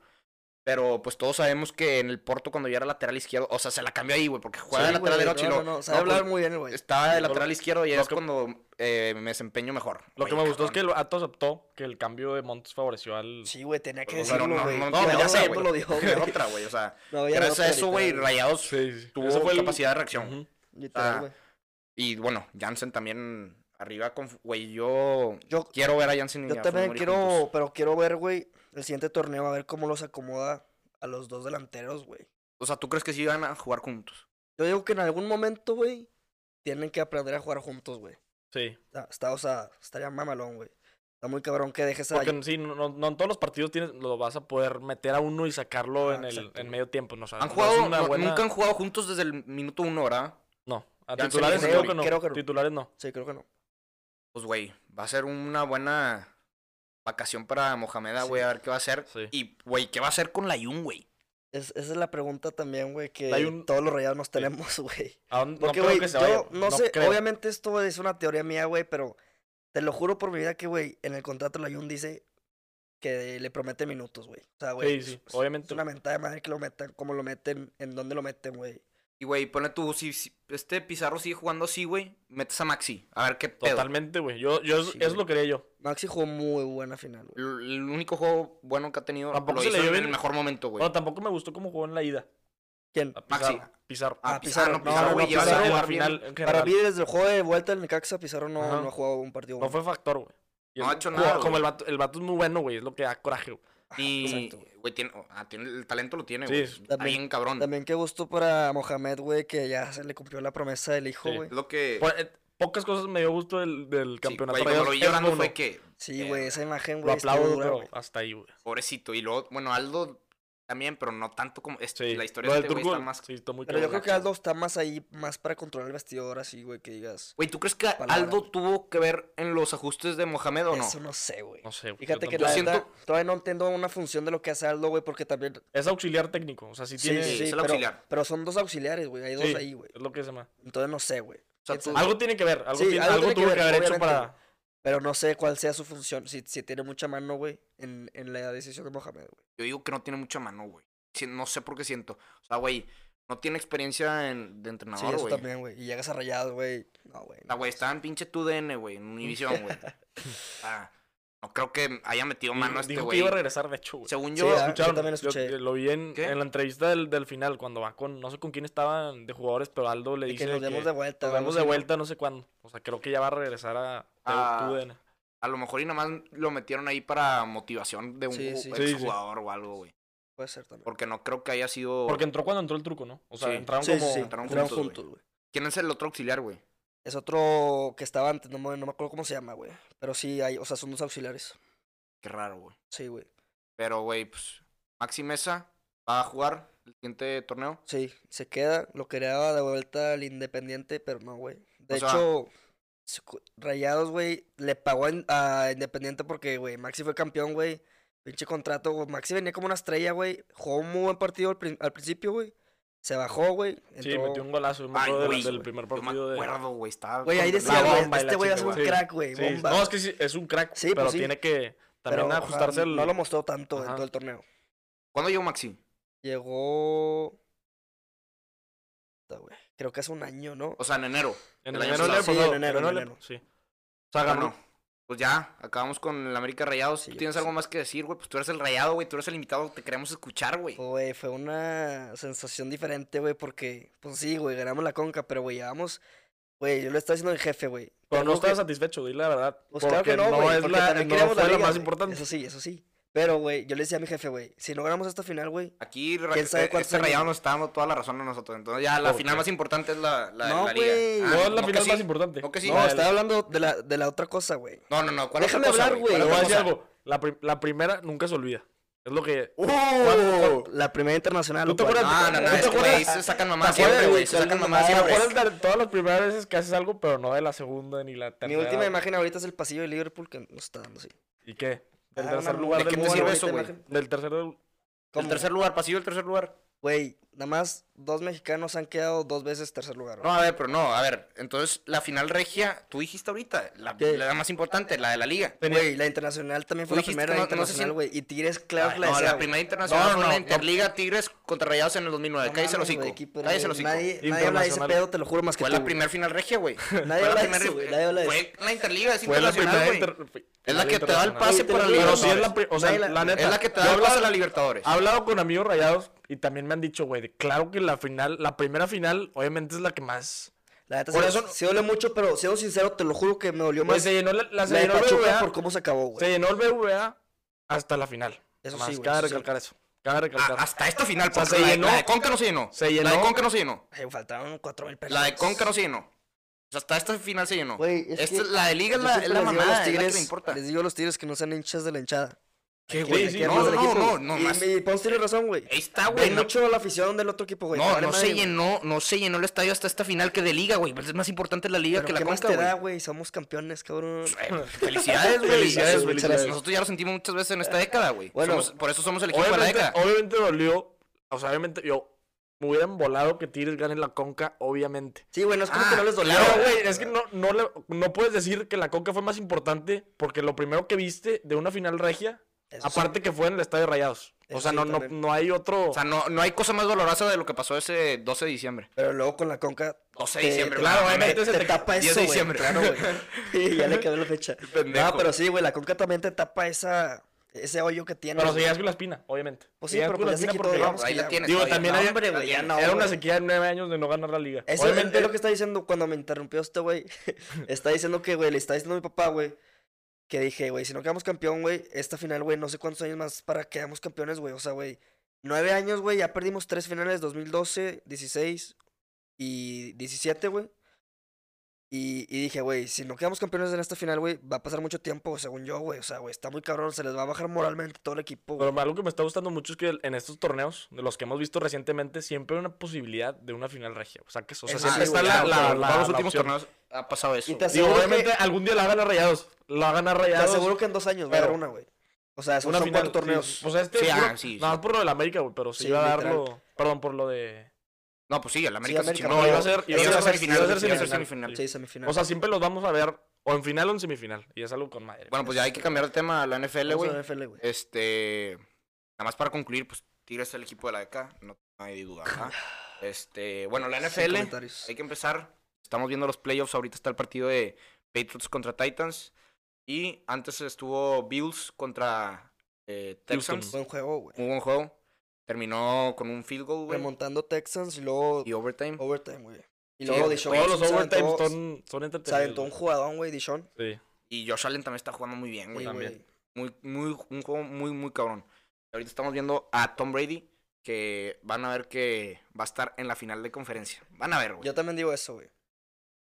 Speaker 1: Pero pues todos sabemos que en el Porto cuando ya era lateral izquierdo, o sea, se la cambió ahí, güey, porque juega de
Speaker 3: Sí,
Speaker 1: lateral
Speaker 3: güey,
Speaker 1: derecho y
Speaker 3: no,
Speaker 1: lo-
Speaker 3: no, no, sabe
Speaker 1: no,
Speaker 3: hablar
Speaker 1: pues,
Speaker 3: muy bien, el güey.
Speaker 1: Estaba de
Speaker 2: Lo-
Speaker 1: lateral izquierdo y
Speaker 2: lo
Speaker 1: es
Speaker 2: que-
Speaker 1: cuando eh, me desempeño mejor.
Speaker 2: Lo que
Speaker 1: Güey,
Speaker 2: me gustó es que
Speaker 1: cabrón.
Speaker 2: el vato aceptó que el cambio de Montes favoreció al.
Speaker 3: Sí, güey, tenía que
Speaker 1: O sea, no,
Speaker 3: decirlo,
Speaker 1: no,
Speaker 3: güey.
Speaker 1: no,
Speaker 3: No,
Speaker 1: no,
Speaker 3: ya
Speaker 1: ya sé,
Speaker 3: sabiendo
Speaker 1: güey.
Speaker 3: lo dijo,
Speaker 1: Era
Speaker 3: güey.
Speaker 1: otra, güey, o sea.
Speaker 3: No, ya era
Speaker 1: Gracias a
Speaker 3: otra,
Speaker 1: eso, güey,
Speaker 3: literal,
Speaker 1: Rayados tuvo
Speaker 2: el-
Speaker 1: capacidad de reacción.
Speaker 2: Ujú.
Speaker 3: literal,
Speaker 1: ah.
Speaker 3: güey.
Speaker 1: Y bueno, Jansen también arriba con... Güey, yo
Speaker 3: Yo,
Speaker 1: quiero ver a Jansen y
Speaker 3: yo
Speaker 1: a
Speaker 3: también
Speaker 1: Funes Mori
Speaker 3: quiero,
Speaker 1: juntos.
Speaker 3: pero quiero ver, güey, el siguiente torneo, a ver cómo los acomoda a los dos delanteros, güey.
Speaker 1: O sea, ¿tú crees que sí van a jugar juntos?
Speaker 3: Yo digo que en algún momento, güey, tienen que aprender a jugar juntos, güey.
Speaker 2: Sí.
Speaker 3: Está, está, o sea, estaría mamalón, güey. Está muy cabrón que dejes a...
Speaker 2: Porque en- sí, no, no- no en todos los partidos tienes, lo vas a poder meter a uno y sacarlo
Speaker 3: Ah,
Speaker 2: en el
Speaker 3: exacto,
Speaker 2: en
Speaker 3: güey.
Speaker 2: medio tiempo. No, o sea,
Speaker 1: Han
Speaker 2: Ah, no es
Speaker 1: jugado,
Speaker 2: una
Speaker 1: no-
Speaker 2: buena-
Speaker 1: nunca han jugado juntos desde el minuto uno, ¿verdad?
Speaker 2: No, a
Speaker 1: Jansen
Speaker 2: titulares
Speaker 1: y
Speaker 2: creo
Speaker 1: Funes
Speaker 2: que
Speaker 3: Mori.
Speaker 2: no.
Speaker 3: Creo que no.
Speaker 2: Titulares no.
Speaker 3: Sí, creo que no.
Speaker 1: Pues, güey, va a ser una buena vacación para Mohamed,
Speaker 3: Sí.
Speaker 1: güey, a ver qué va a hacer.
Speaker 2: Sí.
Speaker 1: Y, güey, ¿qué va a hacer con la Yun, güey?
Speaker 3: Es- esa es la pregunta también, güey, que
Speaker 2: Hay un-
Speaker 3: todos los rayados nos tenemos, güey.
Speaker 2: ¿A dónde-
Speaker 3: Porque,
Speaker 2: no creo
Speaker 3: güey,
Speaker 2: que se
Speaker 3: yo
Speaker 2: vaya.
Speaker 3: no, sé,
Speaker 2: creo.
Speaker 3: obviamente esto es una teoría mía, güey, pero te lo juro por mi vida que, güey, en el contrato la Jun dice que le promete minutos, güey. O sea, güey,
Speaker 2: Sí, sí,
Speaker 3: es- es- es
Speaker 2: obviamente.
Speaker 3: una mentada de madre que lo metan, cómo lo meten, en dónde lo meten, güey.
Speaker 1: Y, güey, pone tú, si, si este Pizarro sigue jugando así, güey, metes a Maxi. A ver qué pedo.
Speaker 2: Totalmente, güey. Yo, yo
Speaker 3: Sí,
Speaker 2: eso eso
Speaker 3: güey.
Speaker 2: lo quería yo.
Speaker 3: Maxi jugó muy buena final, güey.
Speaker 1: L- El único juego bueno que ha tenido
Speaker 2: Tampoco
Speaker 1: lo
Speaker 2: se le
Speaker 1: hizo
Speaker 2: dio
Speaker 1: en
Speaker 2: bien.
Speaker 1: el mejor momento, güey.
Speaker 2: Bueno, tampoco me gustó cómo jugó en la ida.
Speaker 3: ¿Quién?
Speaker 2: A
Speaker 1: Maxi.
Speaker 2: Pizarro. Pizarro.
Speaker 1: Ah,
Speaker 3: Ah,
Speaker 1: Pizarro,
Speaker 3: Pizarro,
Speaker 1: Pizarro,
Speaker 3: no,
Speaker 1: güey,
Speaker 3: no,
Speaker 1: lleva
Speaker 2: Pizarro
Speaker 1: sin
Speaker 2: en la
Speaker 1: jugar bien.
Speaker 2: final en
Speaker 3: Para
Speaker 2: general.
Speaker 3: mí, desde el juego de vuelta del Necaxa, Pizarro no,
Speaker 2: Ajá.
Speaker 3: no ha jugado un partido
Speaker 2: No
Speaker 3: bueno.
Speaker 2: fue factor, güey. Y
Speaker 1: No
Speaker 2: es-
Speaker 1: ha hecho
Speaker 2: como-
Speaker 1: nada,
Speaker 2: Como
Speaker 1: güey.
Speaker 2: el vato, el vato es muy bueno, güey. Es lo que da coraje, güey.
Speaker 1: Y,
Speaker 3: Ah, Exacto, güey.
Speaker 1: güey, tiene, ah, tiene- el talento lo tiene,
Speaker 2: Sí,
Speaker 1: güey.
Speaker 2: es-
Speaker 1: Está
Speaker 3: También-
Speaker 1: bien cabrón.
Speaker 3: También qué gusto para Mohamed, güey, que ya se le cumplió la promesa del hijo,
Speaker 2: Sí.
Speaker 3: güey.
Speaker 1: Es lo que...
Speaker 2: Po- eh, Pocas cosas me dio gusto del, del
Speaker 1: sí,
Speaker 2: campeonato.
Speaker 1: güey, cuando lo
Speaker 2: Rayados.
Speaker 1: vi
Speaker 2: Es
Speaker 1: llorando
Speaker 2: uno.
Speaker 1: fue que,
Speaker 3: Sí,
Speaker 1: Eh,
Speaker 3: güey, esa imagen,
Speaker 2: Lo
Speaker 3: güey, estuvo
Speaker 2: aplaudo,
Speaker 3: dura,
Speaker 2: pero
Speaker 3: güey.
Speaker 2: hasta ahí, güey.
Speaker 1: pobrecito. Y luego, bueno, Aldo también, pero no tanto como... Este,
Speaker 2: Sí.
Speaker 1: La historia
Speaker 2: Lo
Speaker 1: de
Speaker 2: del
Speaker 1: este güey está
Speaker 2: turco,
Speaker 1: más...
Speaker 2: Sí, está muy
Speaker 3: Pero yo
Speaker 2: cabrón.
Speaker 3: creo que Aldo está más ahí, más para controlar el vestidor, así, güey, que digas.
Speaker 1: Güey, ¿tú crees que
Speaker 3: Palabra,
Speaker 1: Aldo
Speaker 3: güey.
Speaker 1: tuvo que ver en los ajustes de Mohamed o no?
Speaker 3: Eso no sé, güey.
Speaker 2: No sé, güey.
Speaker 3: Fíjate
Speaker 2: Yo
Speaker 3: que
Speaker 1: Yo
Speaker 3: la
Speaker 2: tampoco-
Speaker 1: siento-
Speaker 3: neta, todavía no entiendo una función de lo que hace Aldo, güey, porque también.
Speaker 2: Es auxiliar técnico. O sea, si
Speaker 3: Sí,
Speaker 2: tiene.
Speaker 3: sí,
Speaker 1: es el
Speaker 3: pero,
Speaker 1: auxiliar.
Speaker 3: pero son dos auxiliares, güey. Hay dos
Speaker 2: Sí,
Speaker 3: ahí, güey.
Speaker 2: Es lo que se llama.
Speaker 3: Entonces no sé, güey.
Speaker 1: O sea,
Speaker 3: Piensa-
Speaker 1: tú-
Speaker 2: Algo tiene que ver. Algo,
Speaker 3: Sí,
Speaker 2: tiene-
Speaker 3: algo
Speaker 2: algo
Speaker 3: tiene que
Speaker 2: tuvo que,
Speaker 3: ver,
Speaker 2: haber hecho
Speaker 3: obviamente.
Speaker 2: para.
Speaker 3: Pero no sé cuál sea su función. Si, si tiene mucha mano, güey, en, en la decisión de Mohamed, güey.
Speaker 1: Yo digo que no tiene mucha mano, güey. Sí, No sé por qué siento. O sea, güey, no tiene experiencia en- de
Speaker 3: sí,
Speaker 1: entrenador,
Speaker 3: eso
Speaker 1: güey.
Speaker 3: también, güey. Y llegas a rayados, güey. No, güey.
Speaker 1: La
Speaker 3: no.
Speaker 1: güey está en pinche TUDN, güey, en Univision, güey. Ah, no creo que haya metido mano a este
Speaker 2: Dijo que
Speaker 1: güey.
Speaker 2: iba a regresar, de hecho, güey.
Speaker 1: Según
Speaker 3: Sí,
Speaker 1: yo,
Speaker 3: ah.
Speaker 2: Escucharon,
Speaker 3: Yo también lo escuché.
Speaker 2: lo vi en,
Speaker 1: ¿Qué?
Speaker 2: en la entrevista del, del final, cuando va con, no sé con quién estaban de jugadores, pero Aldo le
Speaker 3: Y
Speaker 2: dice
Speaker 3: que nos demos de vuelta,
Speaker 2: nos
Speaker 3: güey,
Speaker 2: vemos
Speaker 3: algo
Speaker 2: de
Speaker 3: así, ¿no?
Speaker 2: vuelta no sé cuándo. O sea, creo que ya va a regresar a
Speaker 1: Ah.
Speaker 2: TUDN.
Speaker 1: a lo mejor y nada más lo metieron ahí para motivación de un
Speaker 3: Sí, sí.
Speaker 1: ju-
Speaker 2: Sí, sí.
Speaker 1: exjugador o algo, güey.
Speaker 3: Puede ser también.
Speaker 1: Porque no creo que haya sido.
Speaker 2: Porque entró cuando entró el truco, ¿no? O sea,
Speaker 1: Sí.
Speaker 2: entraron
Speaker 3: Sí, sí,
Speaker 2: como...
Speaker 3: sí,
Speaker 1: entraron
Speaker 3: entraron
Speaker 1: juntos, güey.
Speaker 3: juntos, güey.
Speaker 1: ¿Quién es el otro auxiliar, güey?
Speaker 3: Es otro que estaba antes, no me, no me acuerdo cómo se llama, güey. Pero sí, hay, o sea, son dos auxiliares.
Speaker 1: Qué raro, güey.
Speaker 3: Sí, güey.
Speaker 1: Pero, güey, pues. Maxi Mesa va a jugar el siguiente torneo.
Speaker 3: Sí, se queda, lo quería de vuelta al Independiente, pero no, güey. De
Speaker 1: O sea-
Speaker 3: hecho, se cu- Rayados, güey, le pagó a, In- a Independiente porque, güey, Maxi fue campeón, güey. Pinche contrato, güey. Maxi venía como una estrella, güey. Jugó un muy buen partido al, prin- al principio, güey. Se bajó, güey.
Speaker 2: Sí,
Speaker 3: entró-
Speaker 2: metió un golazo. me
Speaker 1: Ay,
Speaker 2: acuerdo del-
Speaker 1: güey,
Speaker 2: del
Speaker 1: güey,
Speaker 2: primer
Speaker 1: Yo me
Speaker 2: partido de...
Speaker 1: acuerdo, güey. Estaba.
Speaker 3: Güey, ahí
Speaker 1: con-
Speaker 3: decía,
Speaker 1: la
Speaker 3: güey,
Speaker 2: bomba y la
Speaker 3: este güey va a ser
Speaker 2: chica,
Speaker 3: un
Speaker 2: güey.
Speaker 3: crack, güey.
Speaker 2: Sí,
Speaker 3: bomba.
Speaker 2: No, es que sí, es un crack,
Speaker 3: Sí, pues
Speaker 2: pero
Speaker 3: sí.
Speaker 2: tiene que también
Speaker 3: Pero, o sea,
Speaker 2: ajustarse el...
Speaker 3: No lo mostró tanto en
Speaker 2: Ajá.
Speaker 3: todo el torneo.
Speaker 1: ¿Cuándo llegó Maxi?
Speaker 3: Llegó. Puta, güey, Creo que hace un año, ¿no?
Speaker 2: Oh,
Speaker 1: O sea, en enero.
Speaker 2: En
Speaker 1: el
Speaker 2: enero,
Speaker 1: año
Speaker 2: le
Speaker 1: pasado.
Speaker 2: pasó,
Speaker 3: Sí, en enero, en
Speaker 2: le-
Speaker 3: enero.
Speaker 2: Sí. O sea, ganó.
Speaker 1: Bueno, pues ya, acabamos con el América Rayados.
Speaker 3: Sí,
Speaker 1: ¿Tú
Speaker 3: yo
Speaker 1: tienes
Speaker 3: creo
Speaker 1: algo
Speaker 3: que
Speaker 1: más que decir, güey? Pues tú eres el rayado, güey. Tú eres el invitado. Te queremos escuchar, güey.
Speaker 3: Güey, fue una sensación diferente, güey, porque, pues sí, güey, ganamos la conca, pero, güey, llevamos, güey, yo le estaba diciendo al jefe, güey.
Speaker 2: Pero no
Speaker 3: creo que-
Speaker 2: estaba satisfecho, di la verdad.
Speaker 3: Pues claro que
Speaker 2: porque
Speaker 3: no,
Speaker 2: no,
Speaker 3: güey,
Speaker 2: es
Speaker 3: porque
Speaker 2: la,
Speaker 3: también
Speaker 2: no
Speaker 3: queremos la
Speaker 2: fue lo
Speaker 3: liga, Ah,
Speaker 2: más
Speaker 3: güey,
Speaker 2: importante.
Speaker 3: Eso sí, eso sí. Pero, güey, yo le decía a mi jefe, güey, si no ganamos esta final, güey,
Speaker 1: Aquí ra-
Speaker 3: ¿Quién sabe
Speaker 1: eh,
Speaker 3: cuántos
Speaker 1: este
Speaker 3: años?
Speaker 1: rayado nos está dando toda la razón a nosotros. Entonces ya la
Speaker 2: ¿Por
Speaker 1: final
Speaker 2: qué?
Speaker 1: más importante es la, la,
Speaker 3: No,
Speaker 1: la liga. Ah,
Speaker 3: güey.
Speaker 2: No, es la
Speaker 1: que
Speaker 2: final
Speaker 1: sí?
Speaker 2: más importante.
Speaker 1: ¿No que sí?
Speaker 3: no,
Speaker 1: la-
Speaker 3: estaba hablando de la, de la otra cosa, güey.
Speaker 1: No, no, no. ¿cuál
Speaker 3: Déjame
Speaker 1: otra cosa,
Speaker 3: hablar,
Speaker 1: ¿Cuál
Speaker 2: Pero
Speaker 3: güey,
Speaker 2: voy a
Speaker 1: otra
Speaker 2: decir
Speaker 1: cosa?
Speaker 2: algo. La, pri- la primera nunca se olvida. Es lo que.
Speaker 3: Cuatro- La primera internacional,
Speaker 2: ¡Uh! ¿Tú te
Speaker 3: güey.
Speaker 2: acuerdas?
Speaker 1: No, no, no.
Speaker 2: ¿Tú te
Speaker 1: Es que,
Speaker 2: acuerdas?
Speaker 1: güey, se sacan mamá
Speaker 2: ¿Te acuerdas,
Speaker 1: siempre, güey.
Speaker 2: güey,
Speaker 1: Se
Speaker 2: de
Speaker 1: sacan
Speaker 2: alguna
Speaker 1: mamá
Speaker 2: ¿Te
Speaker 1: siempre.
Speaker 2: acuerdas de todas las primeras veces que haces algo, pero no de la segunda ni la
Speaker 3: Mi
Speaker 2: tercera?
Speaker 3: última imagen ahorita es el pasillo de Liverpool que nos está dando, sí.
Speaker 2: ¿Y qué? Del
Speaker 3: Ah,
Speaker 2: tercer
Speaker 3: una-
Speaker 2: lugar
Speaker 1: ¿De
Speaker 2: del
Speaker 1: qué te
Speaker 2: mundo,
Speaker 1: sirve
Speaker 2: güey.
Speaker 1: eso, güey?
Speaker 2: Del tercer
Speaker 1: El tercer lugar, pasillo del tercer lugar.
Speaker 3: Güey, nada más dos mexicanos han quedado dos veces tercer lugar.
Speaker 1: No,
Speaker 3: güey.
Speaker 1: a ver, pero no, a ver. Entonces, la final regia, tú dijiste ahorita, la,
Speaker 3: ¿Qué?
Speaker 1: la más importante, la de la liga.
Speaker 3: Güey, la internacional también fue
Speaker 1: Tú
Speaker 3: la
Speaker 1: dijiste
Speaker 3: primera
Speaker 1: que no- no sé si-
Speaker 3: internacional, güey. Y Tigres, claro
Speaker 1: Ay,
Speaker 3: que
Speaker 1: no,
Speaker 3: la desea,
Speaker 1: la
Speaker 3: güey.
Speaker 1: primera internacional
Speaker 3: No,
Speaker 1: fue
Speaker 3: no,
Speaker 1: la
Speaker 3: no.
Speaker 1: Interliga Tigres contra Rayados en el 2009.
Speaker 3: No
Speaker 1: Cállese los
Speaker 3: mames,
Speaker 1: cinco.
Speaker 3: güey, qué pedo,
Speaker 1: Cállese
Speaker 3: güey.
Speaker 1: los cinco.
Speaker 3: Nadie, nadie habla de ese
Speaker 2: Internacional.
Speaker 3: pedo, te lo juro, más que
Speaker 1: Fue
Speaker 3: tú.
Speaker 1: la
Speaker 3: güey.
Speaker 1: primera final regia, güey. Fue
Speaker 3: Nadie
Speaker 1: la
Speaker 3: habla de
Speaker 1: primera-
Speaker 3: eso, güey, nadie habla de eso.
Speaker 1: Fue la Interliga, es
Speaker 2: Fue la primera
Speaker 1: internacional, güey.
Speaker 2: inter-
Speaker 1: Es la que te da el
Speaker 2: internacional.
Speaker 1: pase para la
Speaker 2: Pero sí es la,
Speaker 1: Libertadores.
Speaker 2: pri- o sea,
Speaker 3: Nadie
Speaker 2: la,
Speaker 3: la-
Speaker 2: neta.
Speaker 1: Es la que te
Speaker 2: yo
Speaker 1: da el
Speaker 2: hablaba-
Speaker 1: pase a la Libertadores.
Speaker 2: He
Speaker 3: Ah,
Speaker 2: hablado con amigos rayados y también me han dicho, güey, de claro que la final, la primera final, obviamente es la que más.
Speaker 3: La neta,
Speaker 2: Por
Speaker 3: se,
Speaker 2: eso-
Speaker 3: se duele mucho, pero siendo sincero, te lo juro que me dolió
Speaker 1: Pues
Speaker 2: Güey,
Speaker 3: más
Speaker 2: se llenó la, la-
Speaker 3: la
Speaker 2: se
Speaker 3: de
Speaker 2: llenó el
Speaker 3: Pachuca
Speaker 2: BBVA,
Speaker 3: por cómo se acabó,
Speaker 2: se
Speaker 3: güey.
Speaker 2: llenó el BBVA hasta la final.
Speaker 3: Eso
Speaker 2: Más,
Speaker 3: sí, güey,
Speaker 2: Cabe
Speaker 3: eso sí.
Speaker 2: recalcar eso. Cabe recalcar.
Speaker 1: Ah, hasta esta final,
Speaker 2: O sea,
Speaker 1: porque
Speaker 2: se
Speaker 1: la, de-
Speaker 2: llenó.
Speaker 1: la de Conca no se llenó.
Speaker 2: Se llenó.
Speaker 1: La de Conca no se llenó.
Speaker 3: Ay, faltaron cuatro mil pesos.
Speaker 1: La de Conca no se llenó. O sea, hasta esta final se llenó.
Speaker 3: Güey, es
Speaker 1: Esta-
Speaker 3: que-
Speaker 1: la de Liga
Speaker 3: Yo
Speaker 1: es la,
Speaker 3: siempre
Speaker 1: es la
Speaker 3: les digo a los
Speaker 1: mamada, es la que
Speaker 3: tigres-
Speaker 1: me importa.
Speaker 3: Les digo a los tigres que no sean hinchas de la hinchada.
Speaker 2: ¿Qué,
Speaker 3: Aquí-
Speaker 2: güey?
Speaker 3: aquí
Speaker 2: Sí,
Speaker 3: arriba
Speaker 1: no,
Speaker 3: del
Speaker 1: no,
Speaker 3: equipo,
Speaker 1: no,
Speaker 3: güey.
Speaker 1: no
Speaker 3: Y-
Speaker 1: más.
Speaker 3: Y Pons tiene razón, güey.
Speaker 1: Ahí está, güey.
Speaker 3: Ven
Speaker 1: No,
Speaker 3: mucho la afición del otro equipo, güey.
Speaker 1: no,
Speaker 3: Vale
Speaker 1: no
Speaker 3: madre,
Speaker 1: se
Speaker 3: güey.
Speaker 1: llenó, no se llenó el estadio hasta esta final que de Liga, güey. Es más importante la Liga
Speaker 3: Pero
Speaker 1: que la
Speaker 3: ¿Qué más
Speaker 1: Conca,
Speaker 3: te da,
Speaker 1: güey.
Speaker 3: güey? Somos campeones, cabrón.
Speaker 1: Eh, Felicidades, güey.
Speaker 2: Felicidades,
Speaker 1: Muchas
Speaker 2: felicidades.
Speaker 1: gracias. Nosotros ya lo sentimos muchas veces en esta década, güey.
Speaker 3: Bueno,
Speaker 1: Somos- por eso somos el equipo de la
Speaker 2: Obviamente,
Speaker 1: década.
Speaker 2: obviamente dolió. O sea, obviamente yo me hubieran volado que Tigres gane la conca, obviamente.
Speaker 3: Sí, güey, no es como
Speaker 1: Ah,
Speaker 3: que no les dolió.
Speaker 1: claro,
Speaker 2: Pero, güey, es que no, no, le- no puedes decir que la conca fue más importante porque lo primero que viste de una final regia,
Speaker 3: Eso sí.
Speaker 2: aparte que fue en el Estadio Rayados. O
Speaker 3: Eso
Speaker 2: sea,
Speaker 3: sí,
Speaker 2: no, no,
Speaker 3: también.
Speaker 2: no hay otro.
Speaker 1: O sea, no, no hay cosa más dolorosa de lo que pasó ese 12 de diciembre.
Speaker 3: Pero luego con la conca.
Speaker 1: 12 de
Speaker 3: te-
Speaker 1: diciembre,
Speaker 3: te-
Speaker 1: claro,
Speaker 3: te-
Speaker 1: obviamente
Speaker 2: se
Speaker 3: Te
Speaker 2: te-
Speaker 3: tapa
Speaker 1: 10 de
Speaker 3: eso, güey.
Speaker 1: diciembre.
Speaker 3: Claro, güey. Y ya le quedó la fecha.
Speaker 1: pendejo.
Speaker 3: No, pero sí, güey, la conca también te tapa esa, ese hoyo que tiene.
Speaker 2: pero seguías con la espina, obviamente.
Speaker 3: Pues sí,
Speaker 2: Seguías
Speaker 3: pero
Speaker 2: con la
Speaker 3: pues ya se
Speaker 2: espina
Speaker 3: quitó,
Speaker 2: porque
Speaker 1: Ahí
Speaker 3: digamos.
Speaker 1: Ah,
Speaker 3: que
Speaker 1: la
Speaker 3: ya-
Speaker 1: tienes.
Speaker 2: Digo,
Speaker 1: todavía.
Speaker 2: también
Speaker 3: No,
Speaker 2: era,
Speaker 3: hombre, güey, ya no,
Speaker 2: era una
Speaker 3: güey.
Speaker 2: sequía de nueve años de no ganar la liga.
Speaker 3: Eso es-
Speaker 2: obviamente, eh,
Speaker 3: es lo que está diciendo cuando me interrumpió este güey. está diciendo que, güey, le está diciendo a mi papá, güey. Que dije, güey, si no quedamos campeón, güey, esta final, güey, no sé cuántos años más para que quedamos campeones, güey. O sea, güey, nueve años, güey, ya perdimos tres finales, 2012, 16 y 17, güey. Y, y dije, güey, si no quedamos campeones en esta final, güey, va a pasar mucho tiempo, según yo, güey. O sea, güey, está muy cabrón, se les va a bajar moralmente todo el equipo, güey.
Speaker 2: Pero algo que me está gustando mucho es que en estos torneos, de los que hemos visto recientemente, siempre hay una posibilidad de una final regia. O sea, que, o sea
Speaker 3: Eso
Speaker 2: siempre
Speaker 3: sí,
Speaker 2: está
Speaker 3: güey,
Speaker 2: la,
Speaker 3: claro,
Speaker 2: la-
Speaker 1: pero
Speaker 2: la-
Speaker 1: todos
Speaker 2: la
Speaker 1: los últimos
Speaker 2: opción.
Speaker 1: torneos ha pasado eso.
Speaker 3: Y te
Speaker 1: güey.
Speaker 2: Digo,
Speaker 3: Seguro
Speaker 2: obviamente, algún día la van a rayados. La van a
Speaker 3: Te
Speaker 2: rayados.
Speaker 3: aseguro que en dos años va a
Speaker 2: pero-
Speaker 3: haber una, güey. O sea, son,
Speaker 2: una
Speaker 3: son
Speaker 2: final.
Speaker 3: cuatro torneos.
Speaker 2: sí. O sea, este.
Speaker 1: Sí,
Speaker 2: puro-
Speaker 1: ah, sí,
Speaker 2: Nada
Speaker 1: sí.
Speaker 2: más por lo del América, güey, pero se
Speaker 3: Sí,
Speaker 2: iba a dar
Speaker 3: literal.
Speaker 2: lo. Perdón, por lo de.
Speaker 1: No, pues sí, el América se
Speaker 3: América.
Speaker 1: chingó.
Speaker 2: No,
Speaker 3: No,
Speaker 2: iba a ser.
Speaker 1: iba a ser semifinal,
Speaker 2: iba a ser
Speaker 1: iba a ser
Speaker 2: semifinal.
Speaker 1: semifinal.
Speaker 2: Sí.
Speaker 3: Sí, semifinal.
Speaker 2: O sea, siempre los vamos a ver o en final o en semifinal. Y es algo con madre.
Speaker 1: Bueno, pues ya hay que cambiar de tema a la NFL,
Speaker 3: Vamos
Speaker 1: güey.
Speaker 3: a la NFL, güey.
Speaker 1: Este. Nada más para concluir, pues Tigres es el equipo de la década. No hay duda, ¿verdad? Este. Bueno, la
Speaker 3: Sin
Speaker 1: NFL.
Speaker 3: comentarios.
Speaker 1: Hay que empezar. Estamos viendo los playoffs. Ahorita está el partido de Patriots contra Titans. Y antes estuvo Bills contra eh,
Speaker 2: Houston.
Speaker 1: Texans.
Speaker 3: Buen juego, güey.
Speaker 1: Muy buen juego. Terminó con un field goal, güey.
Speaker 3: Remontando Texans y luego
Speaker 1: Y overtime.
Speaker 3: overtime, güey. Y
Speaker 1: Sí,
Speaker 3: luego
Speaker 1: güey.
Speaker 3: Dishon
Speaker 2: Todos los
Speaker 3: Watson se aventó-
Speaker 2: overtimes son, son
Speaker 3: Se aventó un
Speaker 2: entretenidos.
Speaker 3: jugadón, güey, Dishon.
Speaker 2: Sí.
Speaker 1: Y Josh Allen también está jugando muy bien,
Speaker 3: Sí,
Speaker 1: güey.
Speaker 2: también.
Speaker 3: güey.
Speaker 1: Muy, muy, un juego muy, muy cabrón. Ahorita estamos viendo a Tom Brady, que van a ver que va a estar en la final de conferencia. Van a ver, güey.
Speaker 3: Yo también digo eso, güey.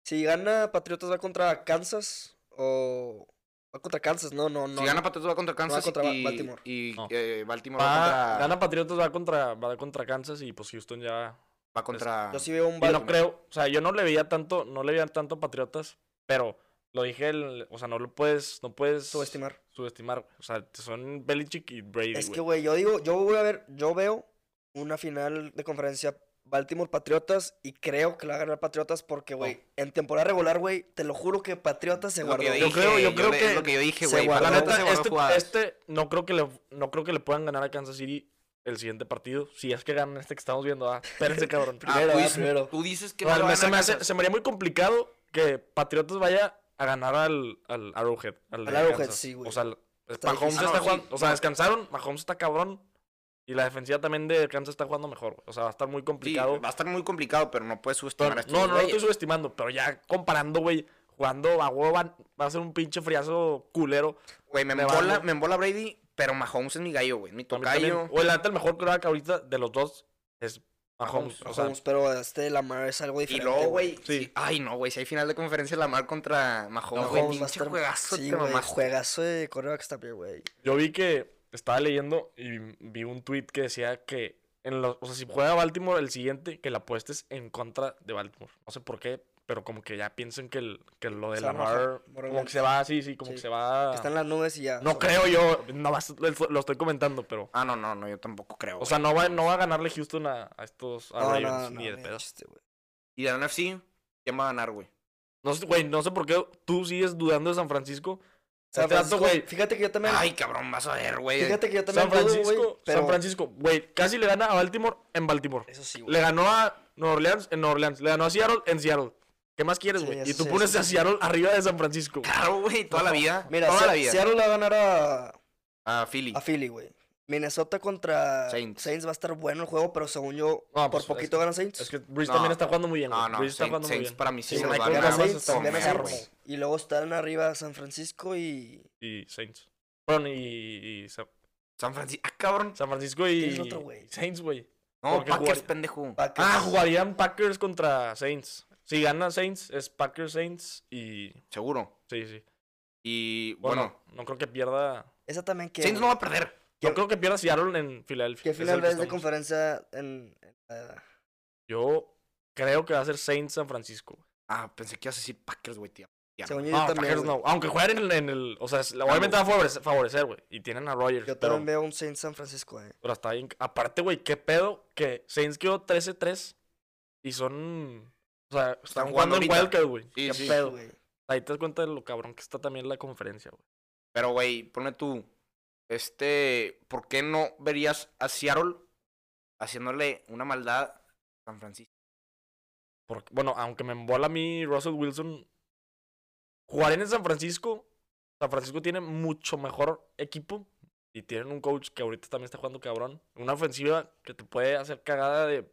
Speaker 3: Si gana Patriotas va contra Kansas o... Va contra Kansas, no, no, no.
Speaker 1: si gana Patriots va contra Kansas
Speaker 3: contra Ba-
Speaker 1: y
Speaker 3: Baltimore.
Speaker 1: y,
Speaker 2: No.
Speaker 1: eh, Baltimore va,
Speaker 2: Va-
Speaker 1: contra,
Speaker 2: Gana Patriotas, va contra, va contra Kansas y pues Houston ya.
Speaker 1: va contra-
Speaker 3: Yo sí veo
Speaker 2: Y
Speaker 3: un
Speaker 2: no
Speaker 3: Baltimore.
Speaker 2: creo, o sea, yo no le veía tanto, no le veía tanto a Patriotas, pero lo dije, el- o sea, no lo puedes, no puedes
Speaker 3: subestimar.
Speaker 2: subestimar, güey. o sea, son Belichick y Brady,
Speaker 3: Es que,
Speaker 2: güey.
Speaker 3: güey, yo digo, yo voy a ver, yo veo una final de conferencia Baltimore Patriotas y creo que la va a ganar Patriotas porque, güey, en temporada regular, güey, te lo juro que Patriotas se
Speaker 1: Oh. Lo que
Speaker 3: guardó.
Speaker 1: yo
Speaker 2: Yo creo-
Speaker 1: dije,
Speaker 2: yo
Speaker 1: yo
Speaker 2: creo
Speaker 1: le-
Speaker 2: que
Speaker 1: es lo que yo dije,
Speaker 3: se
Speaker 1: güey.
Speaker 3: guardó.
Speaker 2: La
Speaker 1: Patriotas
Speaker 2: neta,
Speaker 1: se guardó
Speaker 2: este,
Speaker 1: jugadas.
Speaker 2: este no creo que le, no creo que le puedan ganar a Kansas City el siguiente partido, si es que ganan este que estamos viendo, ah, espérense,
Speaker 1: Ah,
Speaker 2: cabrón.
Speaker 3: primero,
Speaker 1: tú
Speaker 3: ah,
Speaker 1: dices-
Speaker 3: primero.
Speaker 1: Tú dices que
Speaker 2: O sea,
Speaker 1: no le
Speaker 2: me-
Speaker 1: van
Speaker 2: se,
Speaker 1: a
Speaker 2: me hace-
Speaker 1: Kansas.
Speaker 2: se me haría muy complicado que Patriotas vaya a ganar al, al Arrowhead. Al, de
Speaker 3: Al Arrowhead,
Speaker 2: Kansas.
Speaker 3: sí, güey.
Speaker 2: O sea, el-
Speaker 3: Está
Speaker 2: Mahomes
Speaker 1: difícil. Ah, no,
Speaker 2: está
Speaker 1: sí.
Speaker 2: jugando. O sea, descansaron. Mahomes está cabrón. Y la defensiva también de Kansas está jugando mejor. güey. O sea, va a estar muy
Speaker 1: Sí,
Speaker 2: complicado.
Speaker 1: va a estar muy complicado, pero no puedes
Speaker 2: Pero-
Speaker 1: subestimar a este estos
Speaker 2: no, no, no estoy
Speaker 1: güeyes.
Speaker 2: subestimando. Pero ya comparando, güey, jugando a huevo va, va a ser un pinche friazo culero.
Speaker 1: Güey, me
Speaker 2: Me va
Speaker 1: embola,
Speaker 2: dando-
Speaker 1: me embola Brady, pero Mahomes es mi gallo, güey. Mi
Speaker 2: A mí también-
Speaker 1: tocayo.
Speaker 2: O el el mejor que ahorita de los dos es Mahomes. o sea,
Speaker 3: Mahomes, pero este Lamar es algo
Speaker 1: Y
Speaker 3: diferente.
Speaker 1: luego, güey.
Speaker 2: Sí.
Speaker 1: sí- Ay, no, güey. Si hay final de conferencia, Lamar contra Mahomes, güey.
Speaker 3: Mahomes va a
Speaker 1: Pinche
Speaker 3: estar-
Speaker 1: juegazo,
Speaker 3: Sí,
Speaker 1: te
Speaker 3: güey,
Speaker 1: mamaste. Ah.
Speaker 3: juegazo de correo que está bien, güey.
Speaker 2: Yo vi que estaba leyendo y vi un tweet que decía que en los, o sea, si juega Baltimore el siguiente, que la apuestes en contra de Baltimore. No sé por qué, pero como que ya piensen que, el, que lo de
Speaker 3: Se va a bajar
Speaker 2: Lamar como que
Speaker 3: moralmente.
Speaker 2: se va así, sí, como
Speaker 3: Sí.
Speaker 2: que se va.
Speaker 3: Que está en las nubes y ya.
Speaker 2: No creo yo, no vas- lo lo estoy comentando, pero.
Speaker 1: Ah, no, no, no, yo tampoco creo.
Speaker 2: O sea, no va, no va a ganarle Houston a, a estos a
Speaker 3: No, no,
Speaker 1: pues,
Speaker 2: Ravens
Speaker 3: no,
Speaker 2: ni de
Speaker 3: ni de
Speaker 2: pedo.
Speaker 3: chiste, güey.
Speaker 1: y de la NFC, ¿quién va a ganar, güey?
Speaker 2: No sé, güey, no sé por qué tú sigues dudando de San Francisco.
Speaker 3: San
Speaker 2: Este vato,
Speaker 3: Francisco,
Speaker 2: güey,
Speaker 3: Fíjate que yo también.
Speaker 1: Ay, cabrón, vas a ver, güey.
Speaker 3: Fíjate que yo también.
Speaker 2: San
Speaker 3: dudo, güey,
Speaker 2: Francisco,
Speaker 3: pero-
Speaker 2: San Francisco, güey, casi le gana a Baltimore en Baltimore.
Speaker 3: Eso sí, güey.
Speaker 2: Le ganó a Nueva Orleans en Nueva Orleans, le ganó a Seattle en Seattle. ¿Qué más quieres,
Speaker 3: Sí,
Speaker 2: güey? y
Speaker 3: eso
Speaker 2: tú
Speaker 3: sí,
Speaker 2: pones
Speaker 3: eso
Speaker 2: a Seattle arriba de San Francisco. güey.
Speaker 1: Claro, güey, toda la vida.
Speaker 3: Mira,
Speaker 1: toda
Speaker 3: Se-
Speaker 1: la vida.
Speaker 3: Seattle le va a ganar a,
Speaker 1: A Philly.
Speaker 3: a Philly, güey. Minnesota contra
Speaker 1: Saints.
Speaker 3: Saints. va a estar bueno el juego, pero según yo,
Speaker 2: No,
Speaker 3: por
Speaker 2: pues,
Speaker 3: poquito
Speaker 2: es-
Speaker 3: gana Saints.
Speaker 2: Es que Breeze
Speaker 1: No.
Speaker 2: también está jugando muy bien, güey.
Speaker 1: No, no,
Speaker 2: Breeze está
Speaker 1: Saints,
Speaker 2: jugando muy
Speaker 1: Saints
Speaker 2: bien.
Speaker 1: para mí sí,
Speaker 2: Sí,
Speaker 1: se los va a
Speaker 2: Michael
Speaker 1: ganar.
Speaker 3: gana
Speaker 2: Thomas
Speaker 1: Saints,
Speaker 3: Saints,
Speaker 2: está muy
Speaker 3: gana
Speaker 1: perro,
Speaker 2: perro,
Speaker 1: güey.
Speaker 3: Saints. Y luego están arriba San Francisco y.
Speaker 2: Y Saints. Perdón, y, y Sa-
Speaker 1: San Francisco. Ah, cabrón.
Speaker 2: San Francisco y
Speaker 3: ¿Quién es otro, güey?
Speaker 2: Saints, güey.
Speaker 1: No,
Speaker 2: Porque
Speaker 1: Packers,
Speaker 2: jugaría-
Speaker 1: pendejo.
Speaker 3: Packers.
Speaker 2: Ah, jugarían Packers contra Saints. Si gana Saints, es Packers, Saints y.
Speaker 1: Seguro.
Speaker 2: Sí, sí.
Speaker 1: Y bueno,
Speaker 2: Bueno, no creo que pierda.
Speaker 3: Esa también que.
Speaker 1: Saints no va a perder.
Speaker 2: No creo que pierda Seattle en Filadelfia.
Speaker 3: ¿Qué
Speaker 2: es el
Speaker 3: final
Speaker 2: que
Speaker 3: ves de
Speaker 2: estamos.
Speaker 3: conferencia en. en la-
Speaker 2: Yo creo que va a ser Saints San Francisco. güey.
Speaker 1: Ah, pensé que ibas a decir Packers, güey, tío. Ya,
Speaker 3: según
Speaker 1: no.
Speaker 3: yo,
Speaker 2: No,
Speaker 3: yo también.
Speaker 2: Packers
Speaker 3: güey.
Speaker 2: no. Aunque jueguen en, en el. O sea, es- obviamente va a favorece- favorecer, güey. Y tienen a Rogers.
Speaker 3: Yo
Speaker 2: pero,
Speaker 3: también veo un Saints San Francisco, eh.
Speaker 2: pero está bien. Aparte, güey, qué pedo que Saints quedó 13-3 y son. O sea, están,
Speaker 1: jugando
Speaker 2: jugando, en
Speaker 1: ahorita.
Speaker 2: Wildcat, güey.
Speaker 1: Sí,
Speaker 2: qué
Speaker 1: sí.
Speaker 2: pedo.
Speaker 3: güey.
Speaker 2: Ahí te das cuenta de lo cabrón que está también la conferencia, güey.
Speaker 1: Pero, güey, ponle tú. Este, ¿por qué no verías a Seattle haciéndole una maldad a San Francisco?
Speaker 2: Porque, bueno, aunque me embola a mí Russell Wilson, jugar en San Francisco, San Francisco tiene mucho mejor equipo y tienen un coach que ahorita también está jugando cabrón. Una ofensiva que te puede hacer cagada de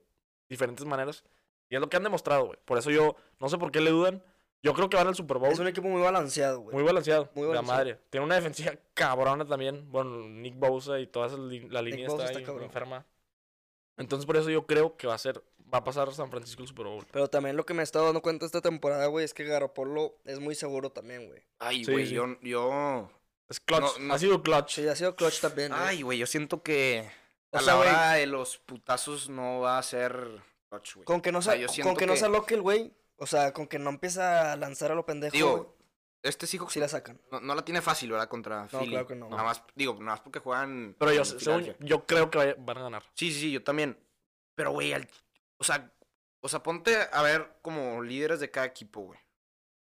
Speaker 2: diferentes maneras. Y es lo que han demostrado, güey. Por eso yo no sé por qué le dudan. Yo creo que van al Super Bowl.
Speaker 3: Es un equipo muy balanceado, güey.
Speaker 2: Muy balanceado.
Speaker 3: Muy
Speaker 2: La
Speaker 3: balanceado.
Speaker 2: madre. Tiene una defensiva cabrona también. Bueno, Nick Bosa y toda esa li- la línea
Speaker 3: Bosa
Speaker 2: está,
Speaker 3: está
Speaker 2: ahí
Speaker 3: cabrón.
Speaker 2: enferma. Entonces por eso yo creo que va a ser, va a pasar San Francisco el Super Bowl.
Speaker 3: Pero también lo que me he estado dando cuenta esta temporada, güey, es que Garopolo es muy seguro también, güey.
Speaker 1: Ay,
Speaker 2: Sí,
Speaker 1: güey,
Speaker 2: sí.
Speaker 1: yo, yo.
Speaker 2: Es clutch.
Speaker 1: No, no.
Speaker 2: Ha sido clutch.
Speaker 3: Sí, ha sido clutch también, güey.
Speaker 1: Ay, güey, yo siento que
Speaker 3: O
Speaker 1: a
Speaker 3: sea,
Speaker 1: la
Speaker 3: güey,
Speaker 1: hora de los putazos no va a ser touch, güey.
Speaker 3: con que no
Speaker 1: sea,
Speaker 3: se,
Speaker 1: yo siento
Speaker 3: con que no se
Speaker 1: que-
Speaker 3: aloque el güey, o sea, con que no empieza a lanzar a lo pendejo, güey,
Speaker 1: Digo, este Seahawks
Speaker 3: sí la sacan.
Speaker 1: no, no la tiene fácil, ¿verdad? Contra Philly.
Speaker 3: claro que no.
Speaker 1: Nada más, digo, nada más porque juegan.
Speaker 2: Pero yo,
Speaker 1: en
Speaker 2: según-
Speaker 1: Filadelfia.
Speaker 2: yo creo que vaya- van a ganar.
Speaker 1: Sí, sí, sí, yo también. Pero, güey, al- o, sea, o sea, ponte a ver como líderes de cada equipo, güey.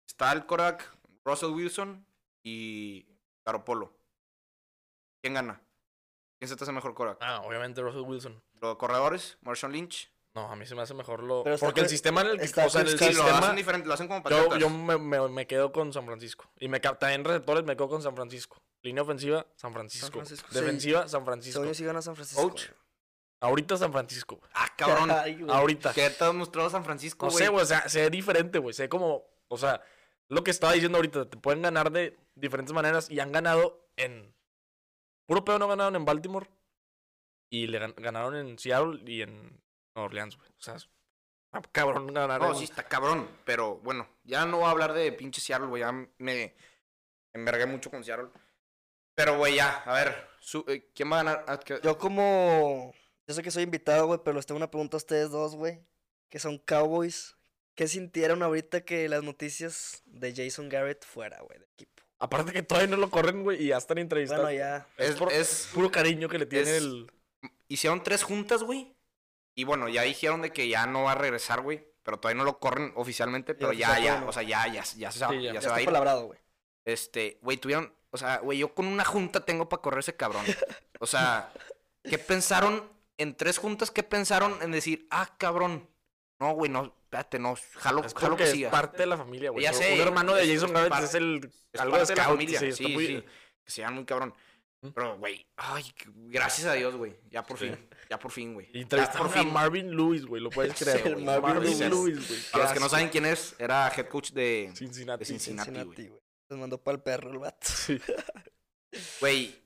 Speaker 1: Está el Korak, Russell Wilson y Garopolo. ¿Quién gana? ¿Quién se te hace mejor Korak?
Speaker 2: Ah, obviamente Russell Wilson.
Speaker 1: ¿Los corredores? ¿Marshall Lynch?
Speaker 2: No, a mí se me hace mejor lo.
Speaker 3: Pero está
Speaker 2: Porque el
Speaker 3: Chris-
Speaker 2: sistema en el que.
Speaker 3: está
Speaker 2: O sea, en el
Speaker 3: Chris
Speaker 1: Sí,
Speaker 3: Carson.
Speaker 1: lo hacen
Speaker 2: sistema.
Speaker 1: diferente, lo hacen como
Speaker 2: Yo,
Speaker 1: patriotas.
Speaker 2: yo me, me- me quedo con San Francisco. Y me ca- también en receptores me quedo con San Francisco. Línea ofensiva, San Francisco.
Speaker 3: Francisco, sí.
Speaker 2: Defensiva, San Francisco.
Speaker 3: Según yo sí gana San Francisco.
Speaker 1: Coach.
Speaker 3: güey.
Speaker 2: Ahorita San Francisco. güey.
Speaker 1: Ah, cabrón.
Speaker 3: Ay, güey.
Speaker 2: Ahorita.
Speaker 1: ¿Qué te ha demostrado San Francisco,
Speaker 2: No
Speaker 1: güey?
Speaker 2: sé, güey. O sea, sé diferente, güey. Sé como. O sea, lo que estaba diciendo ahorita. Te pueden ganar de diferentes maneras y han ganado en. Puro pedo no ganaron en Baltimore. Y le gan- ganaron en Seattle y en Nueva Orleans, güey. O sea, es- ah, cabrón ganar.
Speaker 1: No,
Speaker 2: en-
Speaker 1: sí está cabrón, pero bueno, ya no voy a hablar de pinche Seattle, güey, ya me envergué mucho con Seattle. Pero, güey, ya, a ver, su- eh, ¿quién va a ganar? Ah, que-
Speaker 3: Yo como yo sé que soy invitado, güey, pero les tengo una pregunta a ustedes dos, güey, que son Cowboys. ¿Qué sintieron ahorita que las noticias de Jason Garrett fuera, güey, del equipo?
Speaker 2: Aparte que todavía no lo corren, güey, y ya están entrevistando.
Speaker 3: Bueno, ya.
Speaker 2: Es,
Speaker 1: Es-
Speaker 2: por-
Speaker 1: es-
Speaker 2: puro cariño que le tiene
Speaker 1: es-
Speaker 2: el.
Speaker 1: Hicieron tres juntas, güey. Y bueno, ya dijeron de que ya no va a regresar, güey. Pero todavía no lo corren oficialmente, pero ya,
Speaker 3: oficial,
Speaker 1: ya,
Speaker 3: bueno.
Speaker 1: o sea, ya, ya, ya, se, va-
Speaker 2: Sí, ya.
Speaker 1: ya
Speaker 2: Ya
Speaker 1: se
Speaker 3: Ya
Speaker 1: va a
Speaker 3: está
Speaker 1: ir.
Speaker 3: palabrado, güey.
Speaker 1: Este, güey, tuvieron, o sea, güey, yo con una junta tengo para correr ese cabrón. O sea, ¿qué pensaron en tres juntas? ¿Qué pensaron en decir, ah, cabrón? No, güey, no, espérate, no, jalo,
Speaker 2: Es
Speaker 1: jalo
Speaker 2: porque
Speaker 1: que
Speaker 2: es
Speaker 1: siga.
Speaker 2: parte de la familia, güey.
Speaker 1: Ya
Speaker 2: Un-
Speaker 1: sé,
Speaker 2: Un hermano de
Speaker 1: es-
Speaker 2: Jason
Speaker 1: es
Speaker 2: Garrett
Speaker 1: parte-
Speaker 2: es el.
Speaker 1: Es
Speaker 2: algo
Speaker 1: parte de la
Speaker 2: scout,
Speaker 1: familia, sí,
Speaker 2: está
Speaker 1: sí,
Speaker 2: muy-
Speaker 1: Que se llaman muy cabrón.
Speaker 2: ¿Mm?
Speaker 1: Pero, güey, ay, que- gracias a Dios, güey. Ya por
Speaker 2: Sí.
Speaker 1: fin, ya por fin, güey.
Speaker 2: Y
Speaker 1: Ya
Speaker 2: entrevistaron
Speaker 1: por fin.
Speaker 2: a Marvin Lewis, güey, lo puedes
Speaker 1: Sí,
Speaker 2: creer.
Speaker 1: el
Speaker 2: güey.
Speaker 1: Marvin
Speaker 2: Marvin
Speaker 1: Lewis.
Speaker 2: Lewis, güey.
Speaker 1: Para los que no
Speaker 2: Qué
Speaker 1: saben quién es, era head coach de
Speaker 2: asco. Cincinnati.
Speaker 1: de Cincinnati, güey.
Speaker 3: Cincinnati, güey. Les mandó pa'l perro el vato.
Speaker 2: Sí.
Speaker 1: Güey,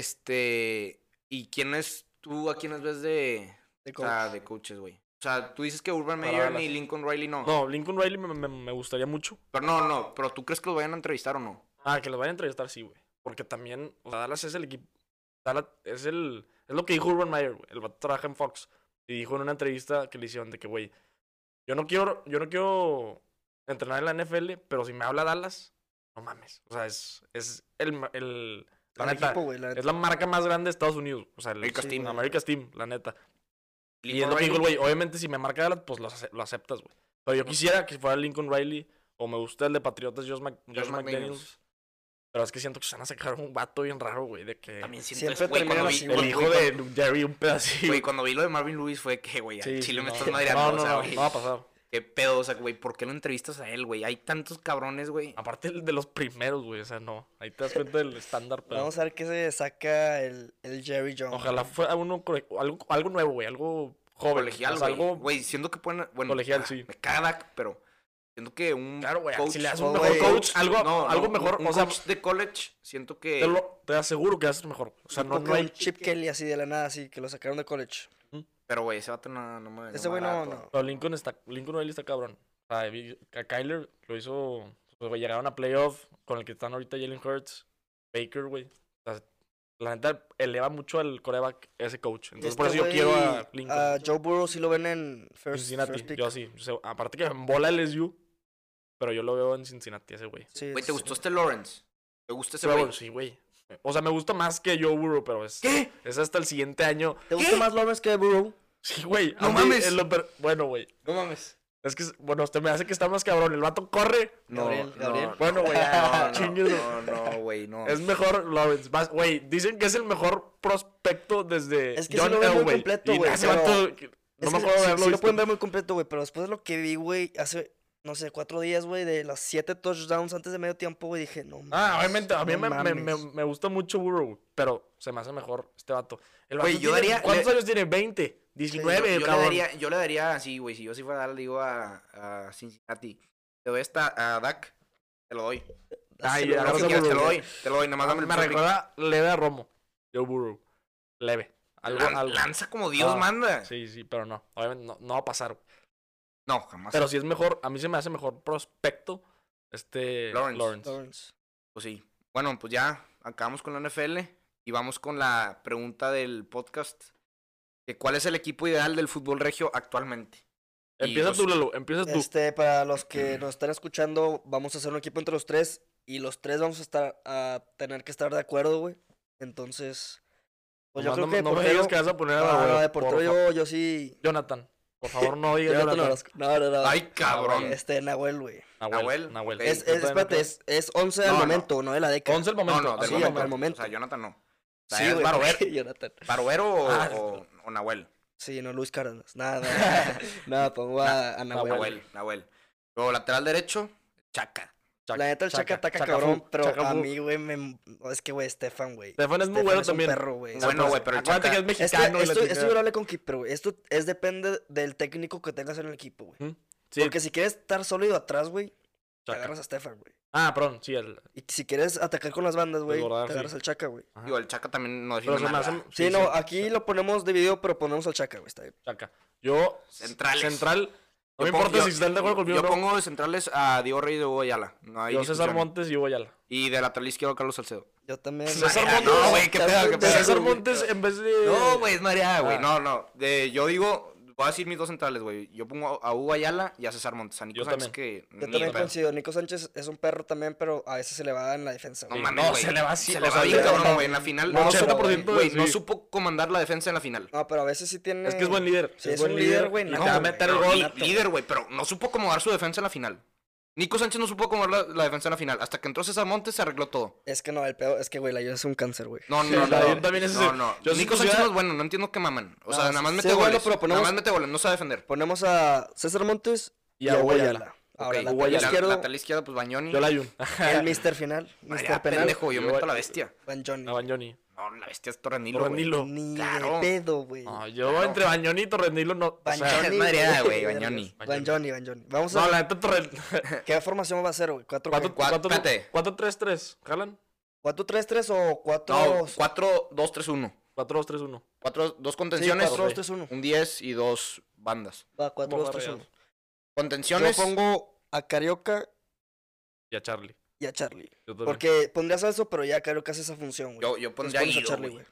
Speaker 1: este. ¿Y quién es tú a quiénes ves de.
Speaker 3: De
Speaker 1: O sea,
Speaker 3: coach.
Speaker 1: Ah, de coaches, güey? O sea, tú dices que Urban
Speaker 2: Para
Speaker 1: Meyer
Speaker 2: Dallas.
Speaker 1: ni Lincoln Riley no.
Speaker 2: No, Lincoln Riley me, me- me gustaría mucho.
Speaker 1: Pero no, no. Pero tú crees que los vayan a entrevistar o no?
Speaker 2: Ah, que los vayan a entrevistar, sí, güey. Porque también, o sea, Dallas es el equipo. Dallas es el. Es lo que dijo Urban Meyer, güey. El vato trabaja en Fox. Y dijo en una entrevista que le hicieron de que, güey, yo no quiero. Yo no quiero entrenar en la NFL, pero si me habla Dallas, no mames. O sea, es, es el, ma- el- la
Speaker 3: Gran
Speaker 2: neta,
Speaker 3: equipo, güey, la neta.
Speaker 2: es la marca más grande de Estados Unidos. O sea, el,
Speaker 1: America's
Speaker 2: sí,
Speaker 1: Team.
Speaker 2: America's Team, la neta. Y es
Speaker 1: Lincoln
Speaker 2: lo que digo, el
Speaker 1: Riley,
Speaker 2: güey. Obviamente, si me marca Dallas, pues lo, ace- lo aceptas, güey. Pero yo quisiera que fuera Lincoln Riley o me gusta el de Patriotas, Josh, Mc- Josh
Speaker 1: Josh
Speaker 2: McDaniels.
Speaker 1: McDaniels.
Speaker 2: Pero es que siento que se van a sacar un vato bien raro, güey, de que
Speaker 1: También siento
Speaker 3: Siempre
Speaker 1: eso, güey, cuando
Speaker 3: terminan
Speaker 1: vi-
Speaker 3: así,
Speaker 2: el
Speaker 1: güey,
Speaker 2: hijo
Speaker 1: cuando-
Speaker 2: de Luke Derry, un pedacito.
Speaker 1: Güey, cuando vi lo de Marvin Lewis fue que, güey, al
Speaker 2: Sí,
Speaker 1: Chile me
Speaker 2: no.
Speaker 1: estás madreando,
Speaker 2: No, no,
Speaker 1: o sea,
Speaker 2: no,
Speaker 1: güey,
Speaker 2: no va a pasar.
Speaker 1: qué pedo, o sea, güey, ¿por qué no entrevistas a él, güey? Hay tantos cabrones, güey.
Speaker 2: Aparte el de los primeros, güey, o sea, no. Ahí te das cuenta del estándar, pero...
Speaker 3: Vamos a ver qué se saca el, el Jerry Jones.
Speaker 2: Ojalá fuera uno, corre- algo, algo nuevo, güey, algo joven.
Speaker 1: Colegial,
Speaker 2: o sea,
Speaker 1: güey.
Speaker 2: algo...
Speaker 1: Güey, siento que pueden, bueno,
Speaker 2: Colegial,
Speaker 1: ah,
Speaker 2: sí.
Speaker 1: me caga Dak, pero siento que un
Speaker 2: Claro, güey,
Speaker 1: coach-
Speaker 2: si le das
Speaker 3: no,
Speaker 2: un mejor
Speaker 3: güey,
Speaker 2: coach, algo,
Speaker 1: no,
Speaker 2: algo
Speaker 1: no,
Speaker 2: mejor,
Speaker 1: un
Speaker 2: o sea,
Speaker 1: coach de college, siento que
Speaker 2: te, lo- te aseguro que haces mejor. O sea, no,
Speaker 3: Tipo
Speaker 2: no
Speaker 3: que
Speaker 2: hay...
Speaker 3: un Chip Kelly así de la nada, así que lo sacaron de college.
Speaker 1: pero güey, ese vato no no me
Speaker 3: Ese
Speaker 1: me
Speaker 3: güey no,
Speaker 1: agrada,
Speaker 3: no.
Speaker 2: Pero Lincoln está, Lincoln Riley está cabrón. O sea, vi- a Kyler lo hizo, pues, güey, llegaron a playoff con el que están ahorita Jalen Hurts, Baker, güey. O sea, la neta eleva mucho al coreback ese coach. Entonces, por eso
Speaker 3: Este
Speaker 2: yo quiero
Speaker 3: güey,
Speaker 2: a Lincoln.
Speaker 3: a Joe Burrow sí lo ven en
Speaker 2: en
Speaker 3: first,
Speaker 2: Cincinnati,
Speaker 3: first pick.
Speaker 2: yo sí. O sea, aparte que en bola LSU, pero yo lo veo en Cincinnati ese güey.
Speaker 3: Sí,
Speaker 1: Güey,
Speaker 3: sí.
Speaker 1: ¿te gustó este Lawrence? ¿Te gusta ese
Speaker 2: Pero
Speaker 1: güey?
Speaker 2: bueno, sí, güey. O sea, me gusta más que Joe Burrow, pero es,
Speaker 1: ¿Qué?
Speaker 2: es hasta el siguiente año.
Speaker 3: ¿Te gusta más Lawrence que Burrow?
Speaker 2: Sí, güey.
Speaker 1: No
Speaker 2: a mí
Speaker 1: mames.
Speaker 2: es lo per- Bueno, güey.
Speaker 1: No mames.
Speaker 2: Es que, es- bueno, usted me hace que está más cabrón. El vato corre.
Speaker 1: No,
Speaker 3: Gabriel,
Speaker 1: no,
Speaker 3: Gabriel.
Speaker 2: Bueno, güey.
Speaker 1: No,
Speaker 2: chingues.
Speaker 1: no, no, no, güey, no.
Speaker 2: Es mejor Lawrence. Vas- Güey, dicen que es el mejor prospecto desde
Speaker 3: Es que sí
Speaker 2: John
Speaker 3: lo veo muy
Speaker 2: Elway.
Speaker 3: completo,
Speaker 2: Y
Speaker 3: güey,
Speaker 2: ese
Speaker 3: pero-
Speaker 2: vato- No
Speaker 3: Es
Speaker 2: me
Speaker 3: que
Speaker 2: acuerdo
Speaker 3: sí-
Speaker 2: de haberlo
Speaker 3: sí lo
Speaker 2: visto.
Speaker 3: pueden ver muy completo, güey, pero después de lo que vi, güey, hace, no sé, cuatro días, güey, de las siete touchdowns antes de medio tiempo, güey, dije, no
Speaker 2: Ah, obviamente, a mí
Speaker 3: no
Speaker 2: me, me- me-
Speaker 3: mames.
Speaker 2: me gusta mucho Burrow, pero se me hace mejor este vato. El
Speaker 1: Güey,
Speaker 2: vato
Speaker 1: yo
Speaker 2: tiene-
Speaker 1: daría-
Speaker 2: ¿Cuántos
Speaker 1: le-
Speaker 2: años tiene? ¿20?
Speaker 1: Yo-
Speaker 2: ¿19?
Speaker 1: yo, le
Speaker 2: cabrón.
Speaker 1: daría, yo le daría así, güey. Si yo sí fuera a dar, le digo a, a Cincinnati. Te doy esta a Dak. Te lo doy.
Speaker 2: Ay,
Speaker 1: Lo
Speaker 2: agarras
Speaker 1: que
Speaker 2: a
Speaker 1: quieras, te
Speaker 2: Burrow,
Speaker 1: lo
Speaker 2: güey.
Speaker 1: doy. Te lo doy. Nomás dame el
Speaker 2: Ah, me
Speaker 1: first pick.
Speaker 2: recuerda leve a Romo. Joe Burrow. Leve. Algo,
Speaker 1: Lan-
Speaker 2: algo.
Speaker 1: Lanza como Dios
Speaker 2: Ah,
Speaker 1: manda.
Speaker 2: Sí, sí, pero no. Obviamente no, no va a pasar.
Speaker 1: No, jamás.
Speaker 2: Pero sí es mejor. A mí se me hace mejor prospecto. Este.
Speaker 1: Lawrence.
Speaker 2: Lawrence.
Speaker 3: Lawrence.
Speaker 1: Pues sí. Bueno, pues ya acabamos con la NFL y vamos con la pregunta del podcast. de ¿Cuál es el equipo ideal del fútbol regio actualmente? Y,
Speaker 2: Empieza
Speaker 1: pues,
Speaker 2: tú, Lalo. Empieza tú.
Speaker 3: Este, para los que nos están escuchando, vamos a hacer un equipo entre los tres y los tres vamos a estar a tener que estar de acuerdo, güey. Entonces, pues yo
Speaker 2: Nomás
Speaker 3: creo
Speaker 2: no,
Speaker 3: que
Speaker 2: no me
Speaker 3: portero-
Speaker 2: digas que vas a poner a
Speaker 3: No,
Speaker 2: Lalo,
Speaker 3: no, de
Speaker 2: por
Speaker 3: portero
Speaker 2: favor.
Speaker 3: yo, yo sí.
Speaker 2: Jonathan. Por favor, no digas
Speaker 3: Jonathan
Speaker 2: Jonathan.
Speaker 3: Orozco. No, no,
Speaker 2: Ah,
Speaker 3: no.
Speaker 1: Ay, cabrón.
Speaker 3: Este, Nahuel, güey.
Speaker 1: Nahuel.
Speaker 2: Nahuel. Nahuel.
Speaker 1: Ok.
Speaker 3: Es,
Speaker 1: yo
Speaker 3: es, espérate, es, es 11 al
Speaker 1: No, no.
Speaker 3: momento, no de la década.
Speaker 2: 11 el
Speaker 1: No,
Speaker 2: momento.
Speaker 1: no, del
Speaker 2: así
Speaker 3: sí,
Speaker 1: momento.
Speaker 3: al momento.
Speaker 1: O sea, Jonathan no. O sea,
Speaker 3: Sí,
Speaker 1: es
Speaker 3: güey.
Speaker 1: Barovero.
Speaker 2: ¿eh?
Speaker 3: Jonathan.
Speaker 1: ¿Barovero o,
Speaker 2: Ah,
Speaker 1: o- o Nahuel?
Speaker 3: Sí, no, Luis Cárdenas. Nada, nada. nada, pongo a, a Nahuel.
Speaker 1: Nahuel, Nahuel. Luego lateral derecho, Chaca.
Speaker 2: Chaca,
Speaker 3: La neta, el Chaca, ataca
Speaker 2: Chaca
Speaker 3: cabrón,
Speaker 2: fu,
Speaker 3: pero
Speaker 2: Chaca
Speaker 3: a
Speaker 2: fu.
Speaker 3: mí, güey, me... Es que, güey, Estefan, güey.
Speaker 2: Stefan es muy
Speaker 3: Estefan
Speaker 2: bueno
Speaker 3: es un
Speaker 2: también.
Speaker 3: perro, güey.
Speaker 1: Bueno, güey, pero el
Speaker 2: Acuérdate
Speaker 1: Chaca-
Speaker 2: que es
Speaker 3: Es que
Speaker 2: mexicano. y la
Speaker 3: esto, esto
Speaker 2: chingada.
Speaker 3: yo lo hablé con Keeper, güey. Esto es depende del técnico que tengas en el equipo, güey.
Speaker 2: Sí,
Speaker 3: Porque si quieres estar sólido atrás, güey, te
Speaker 2: Chaca.
Speaker 3: agarras a Stefan, güey.
Speaker 2: Ah, perdón. Sí, el.
Speaker 3: Y si quieres atacar con las bandas, güey,
Speaker 2: Desbordar,
Speaker 3: te
Speaker 2: sí.
Speaker 3: agarras al Chaca, güey.
Speaker 2: Ajá.
Speaker 1: Digo, el Chaca también no
Speaker 2: Pero
Speaker 1: defiende
Speaker 2: se me
Speaker 1: nada.
Speaker 2: hace-
Speaker 3: Sí, no, aquí lo ponemos dividido, pero ponemos al Chaca, güey. Está bien.
Speaker 2: Chaca. Yo.
Speaker 1: Centrales.
Speaker 2: Central. No me
Speaker 1: Yo pongo-
Speaker 2: importa
Speaker 1: yo-
Speaker 2: si están de acuerdo conmigo.
Speaker 1: Yo
Speaker 2: o no.
Speaker 1: pongo de centrales a Diego Rey y Hugo Ayala. No hay
Speaker 2: Yo César
Speaker 1: discusión.
Speaker 2: Montes y Hugo Ayala.
Speaker 1: Y de lateral izquierdo, Carlos Salcedo.
Speaker 3: Yo también.
Speaker 2: César
Speaker 3: Ay,
Speaker 2: Montes-
Speaker 1: No, güey, qué
Speaker 3: Carlos
Speaker 1: pedo, qué pedo.
Speaker 3: Montes,
Speaker 2: César
Speaker 3: güey.
Speaker 2: Montes en vez de.
Speaker 1: No, güey, es marea, güey.
Speaker 2: Ah.
Speaker 1: No, no. De- yo digo, voy a decir mis dos centrales, güey. Yo pongo a Hugo Ayala y a César Montes. A Nico
Speaker 2: Yo
Speaker 1: Sánchez
Speaker 2: también.
Speaker 1: que.
Speaker 3: Yo
Speaker 1: ni
Speaker 3: también
Speaker 1: de pedo.
Speaker 3: coincido. Nico Sánchez es un perro también, pero a veces se le va en la defensa.
Speaker 1: No
Speaker 3: güey.
Speaker 1: mames,
Speaker 2: no,
Speaker 1: güey.
Speaker 2: se le va así,
Speaker 1: Se
Speaker 2: o
Speaker 1: le va
Speaker 2: sea,
Speaker 1: bien,
Speaker 2: le-
Speaker 1: cabrón, güey. En la final.
Speaker 3: No,
Speaker 1: No,
Speaker 2: 80%
Speaker 1: güey,
Speaker 2: de-
Speaker 1: no
Speaker 2: sí.
Speaker 1: supo comandar la defensa en la final.
Speaker 3: No, pero a veces sí tiene.
Speaker 2: Es que es buen líder.
Speaker 3: Sí, es un líder, güey,
Speaker 2: y
Speaker 3: nato,
Speaker 2: te va a
Speaker 3: güey.
Speaker 2: meter el
Speaker 1: No,
Speaker 2: gol.
Speaker 1: li- líder, güey, pero no supo acomodar su defensa en la final. Nico Sánchez no supo acomodar la, la defensa en la final. Hasta que entró César Montes se arregló todo.
Speaker 3: Es que no, el pedo es que, güey, la ayuda es un cáncer, güey.
Speaker 1: No,
Speaker 2: Sí,
Speaker 1: no,
Speaker 2: la-
Speaker 1: no.
Speaker 2: yo también es
Speaker 1: no,
Speaker 2: ese-
Speaker 1: no.
Speaker 2: yo sí
Speaker 1: Nico
Speaker 2: considero-
Speaker 1: Sánchez no es bueno, no entiendo qué maman. O sea,
Speaker 3: No,
Speaker 1: nada más
Speaker 3: sí
Speaker 1: mete
Speaker 3: es bueno,
Speaker 1: goles.
Speaker 3: pero ponemos-
Speaker 1: Nada más mete goles, no sabe defender.
Speaker 3: Ponemos a César Montes
Speaker 2: Y a Hugo Ayala.
Speaker 3: Ahora,
Speaker 1: Ok,
Speaker 3: la
Speaker 1: y la-
Speaker 3: lateral izquierdo,
Speaker 1: lateral izquierdo, pues Bañoni.
Speaker 2: Yo la ayun.
Speaker 3: el Mister final,
Speaker 1: María,
Speaker 3: Mister este Penal,
Speaker 1: pendejo, yo
Speaker 2: Yo-
Speaker 1: meto a la bestia.
Speaker 3: Juan Johnny.
Speaker 2: A Bagnoni.
Speaker 1: No, la bestia es Torrenilo, güey.
Speaker 2: Torrenilo.
Speaker 3: Ni
Speaker 1: Claro.
Speaker 3: de pedo, güey.
Speaker 2: No, yo entre Bagnoni y Torrenilo no. O
Speaker 3: Van
Speaker 2: sea,
Speaker 1: Bagnoni.
Speaker 3: Johnny,
Speaker 1: es madreada, güey,
Speaker 3: vergas.
Speaker 1: Bagnoni.
Speaker 3: Van Johnny, Van Johnny. Vamos a
Speaker 2: no,
Speaker 3: ver
Speaker 2: la neta Torren.
Speaker 3: qué formación va a ser, güey. 4
Speaker 1: Cuatro- espérate.
Speaker 2: 4-3-3. ¿Jalan?
Speaker 3: 3 3 o 4
Speaker 1: No, 4-2-3-1.
Speaker 2: 4-2-3-1.
Speaker 1: 4, dos contenciones,
Speaker 2: cuatro,
Speaker 3: 4
Speaker 2: güey.
Speaker 3: 2 3 1.
Speaker 1: un 10 y dos bandas.
Speaker 3: Va 4 2 3 1.
Speaker 2: Rayados.
Speaker 3: Yo
Speaker 1: Contenciones,
Speaker 3: pongo a Carioca
Speaker 2: Y a Charlie.
Speaker 3: y a Charlie.
Speaker 2: Yo también.
Speaker 3: Porque pondrías a eso, pero ya Carioca hace esa función, güey.
Speaker 1: yo, yo pondría a
Speaker 3: Entonces pones
Speaker 1: Guido, güey.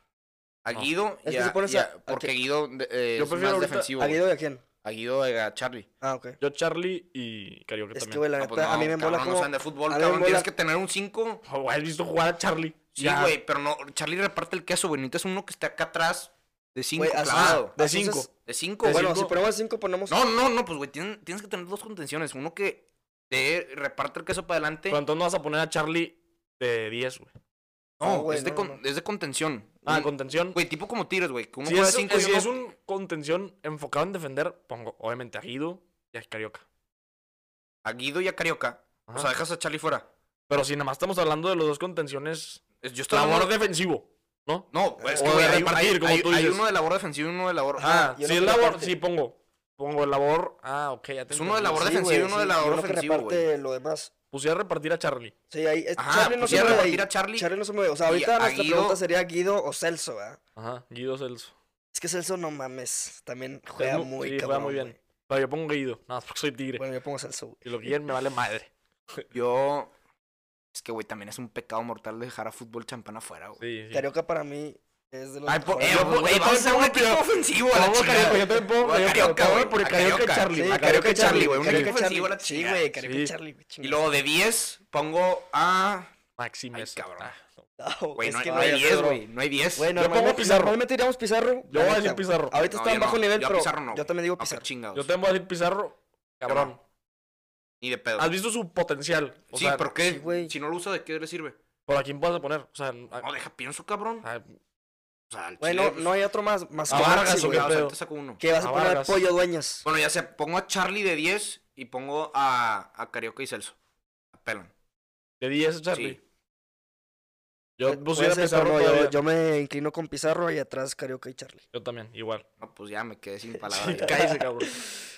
Speaker 1: a Guido
Speaker 3: Ah, Es
Speaker 1: y
Speaker 3: que
Speaker 1: a-
Speaker 3: si pones
Speaker 1: y a-
Speaker 3: a- a
Speaker 1: porque
Speaker 3: que-
Speaker 1: Guido de- eh,
Speaker 2: Yo
Speaker 1: es
Speaker 2: prefiero
Speaker 1: más
Speaker 2: ahorita
Speaker 1: defensivo.
Speaker 3: ¿A
Speaker 1: güey.
Speaker 3: Guido y a quién?
Speaker 1: a Guido, a eh, Charlie.
Speaker 3: Ah, ok.
Speaker 2: Yo, Charlie y Carioca
Speaker 3: Es que,
Speaker 2: también.
Speaker 3: güey, la
Speaker 1: No,
Speaker 3: neta,
Speaker 1: pues no,
Speaker 3: a mí me mola
Speaker 1: cabrón, no
Speaker 3: como...
Speaker 1: saben de fútbol,
Speaker 3: a mí me
Speaker 1: cabrón. Tienes
Speaker 3: mola-
Speaker 1: que tener un 5.
Speaker 2: Oh, güey, ¿Has visto jugar a Charlie?
Speaker 1: Sí,
Speaker 2: Ya.
Speaker 1: güey, pero no, Charlie reparte el queso, güey. Necesitas uno que esté acá atrás de 5,
Speaker 3: Güey, así-
Speaker 1: clavado.
Speaker 2: De
Speaker 3: así
Speaker 2: cinco.
Speaker 3: es-
Speaker 1: De 5,
Speaker 3: Bueno,
Speaker 1: bueno.
Speaker 3: si ponemos cinco, ponemos...
Speaker 1: No, no, no, pues, güey, tienes, tienes que tener dos contenciones. Uno que te reparte el queso para adelante.
Speaker 2: Pero entonces no vas a poner a Charlie de 10, güey.
Speaker 1: No,
Speaker 3: No, güey,
Speaker 1: es, de
Speaker 3: no,
Speaker 1: con- es de contención.
Speaker 2: Ah,
Speaker 1: Un-
Speaker 2: contención.
Speaker 1: Güey, tipo como tiros, güey. que uno
Speaker 2: si
Speaker 1: juega
Speaker 2: es,
Speaker 1: cinco y
Speaker 2: si
Speaker 1: uno-
Speaker 2: es un contención enfocado en defender, pongo obviamente a Guido y a Carioca.
Speaker 1: A Guido y a Carioca. O
Speaker 2: Ajá.
Speaker 1: sea, dejas a Charlie fuera.
Speaker 2: Pero si nada más estamos hablando de los dos contenciones,
Speaker 1: Es- Yo estoy
Speaker 2: labor
Speaker 1: hablando-
Speaker 2: defensivo, ¿no?
Speaker 1: No, es que,
Speaker 2: o de
Speaker 1: güey, hay,
Speaker 2: repartir,
Speaker 1: hay-
Speaker 2: como
Speaker 1: hay-
Speaker 2: tú
Speaker 1: hay
Speaker 2: dices.
Speaker 1: uno de labor defensivo y uno de labor...
Speaker 3: Ajá,
Speaker 2: ah,
Speaker 3: y el
Speaker 2: si es
Speaker 3: otro
Speaker 2: labor,
Speaker 3: parte.
Speaker 2: sí pongo. Pongo el labor. Ah, ok, ya te
Speaker 1: Es uno de labor
Speaker 2: entendí.
Speaker 3: Sí,
Speaker 1: defensivo y
Speaker 3: güey,
Speaker 1: uno de
Speaker 3: sí,
Speaker 1: labor
Speaker 3: y uno que
Speaker 1: ofensivo, güey.
Speaker 3: reparte lo demás.
Speaker 2: Pusiera a repartir a Charlie.
Speaker 3: Sí, ahí... es-
Speaker 1: Ajá,
Speaker 3: Charlie no
Speaker 1: pues
Speaker 3: se
Speaker 1: ya
Speaker 3: mueve de ahí.
Speaker 1: repartir a Charlie.
Speaker 3: Charlie no se mueve. O
Speaker 1: Y
Speaker 3: sea,
Speaker 1: a
Speaker 3: ahorita nuestra
Speaker 1: Guido-
Speaker 3: pregunta sería Guido o Celso, ¿verdad?
Speaker 2: Ajá, Guido Celso.
Speaker 3: Es que Celso, no mames, también juega
Speaker 2: mu-
Speaker 3: muy
Speaker 2: sí, juega
Speaker 3: cabrón,
Speaker 2: muy bien.
Speaker 3: güey.
Speaker 2: Pero yo pongo Guido, nada más porque soy tigre.
Speaker 3: Bueno, yo pongo Celso, güey.
Speaker 2: Y lo que quieren me vale madre.
Speaker 1: Yo... Es que, güey, también es un pecado mortal dejar a fútbol champán afuera, güey.
Speaker 2: Sí, sí.
Speaker 3: Carioca para mí es de los
Speaker 1: Ay, po-
Speaker 3: mejores.
Speaker 1: eh,
Speaker 2: yo
Speaker 1: güey,
Speaker 2: también
Speaker 1: vamos a ser un
Speaker 2: pongo
Speaker 1: equipo
Speaker 2: Carioca.
Speaker 1: ofensivo a la
Speaker 2: Pongo
Speaker 1: chingada.
Speaker 2: Carioca, yo también pongo
Speaker 1: Voy a
Speaker 2: Carioca,
Speaker 1: Carioca,
Speaker 2: pongo
Speaker 1: güey,
Speaker 2: por
Speaker 1: a
Speaker 2: Carioca y
Speaker 1: Carioca.
Speaker 2: Charlie.
Speaker 1: Sí,
Speaker 2: a
Speaker 1: Carioca y Charlie, güey, un
Speaker 3: Carioca
Speaker 1: equipo ofensivo a la
Speaker 3: Sí,
Speaker 1: chingada.
Speaker 3: güey, Carioca
Speaker 2: Sí.
Speaker 3: y Charlie, güey.
Speaker 1: Y luego de 10 pongo a...
Speaker 2: Maximes.
Speaker 1: Ay, cabrón.
Speaker 2: Ah, no.
Speaker 1: Güey, no, no hay 10, güey. No hay 10.
Speaker 3: Bueno,
Speaker 2: Yo pongo
Speaker 3: normalmente,
Speaker 2: Pizarro.
Speaker 3: normalmente diríamos Pizarro.
Speaker 2: Yo voy
Speaker 3: la
Speaker 2: a
Speaker 3: neta,
Speaker 2: decir
Speaker 3: güey.
Speaker 2: Pizarro.
Speaker 3: Ahorita
Speaker 1: No,
Speaker 3: está
Speaker 1: yo
Speaker 3: en bajo
Speaker 1: no.
Speaker 3: nivel,
Speaker 1: Yo a
Speaker 3: pero
Speaker 1: Pizarro no,
Speaker 3: yo
Speaker 1: güey.
Speaker 3: también digo
Speaker 1: No, pues qué
Speaker 3: Pizarro.
Speaker 1: chingados.
Speaker 2: Yo te voy a decir Pizarro, cabrón.
Speaker 1: Ni de pedo.
Speaker 2: ¿Has visto su potencial? O
Speaker 1: sí,
Speaker 2: sea,
Speaker 1: ¿por
Speaker 3: sí,
Speaker 1: qué?
Speaker 3: güey.
Speaker 1: si no lo usa, ¿de qué le sirve?
Speaker 2: ¿Por a quién vas a poner? O sea, a-
Speaker 1: No, deja, pienso, cabrón.
Speaker 2: a-
Speaker 1: O sea, al
Speaker 3: Bueno,
Speaker 1: chile, pues,
Speaker 3: no hay otro más, más
Speaker 2: A
Speaker 3: que
Speaker 2: Vargas,
Speaker 3: Maxi,
Speaker 2: ¿o qué?
Speaker 3: güey.
Speaker 1: o sea,
Speaker 2: pedo.
Speaker 1: ahorita saco uno.
Speaker 3: Que vas a
Speaker 2: A
Speaker 3: poner a
Speaker 2: Vargas.
Speaker 3: Pollo Dueñas.
Speaker 1: Bueno, ya sea, pongo a Charlie de 10 y pongo a, a Carioca y Celso. Apelan.
Speaker 2: de 10 Charlie.
Speaker 1: Sí.
Speaker 2: Yo
Speaker 3: Puede
Speaker 2: pusiera
Speaker 3: ser,
Speaker 2: Pizarro
Speaker 3: pero no,
Speaker 2: todavía.
Speaker 3: yo, yo me inclino con Pizarro y atrás Carioca y Charlie.
Speaker 2: Yo también, igual.
Speaker 1: No, pues ya me quedé sin
Speaker 2: Sí,
Speaker 1: palabras. ya.
Speaker 2: cállese, cabrón.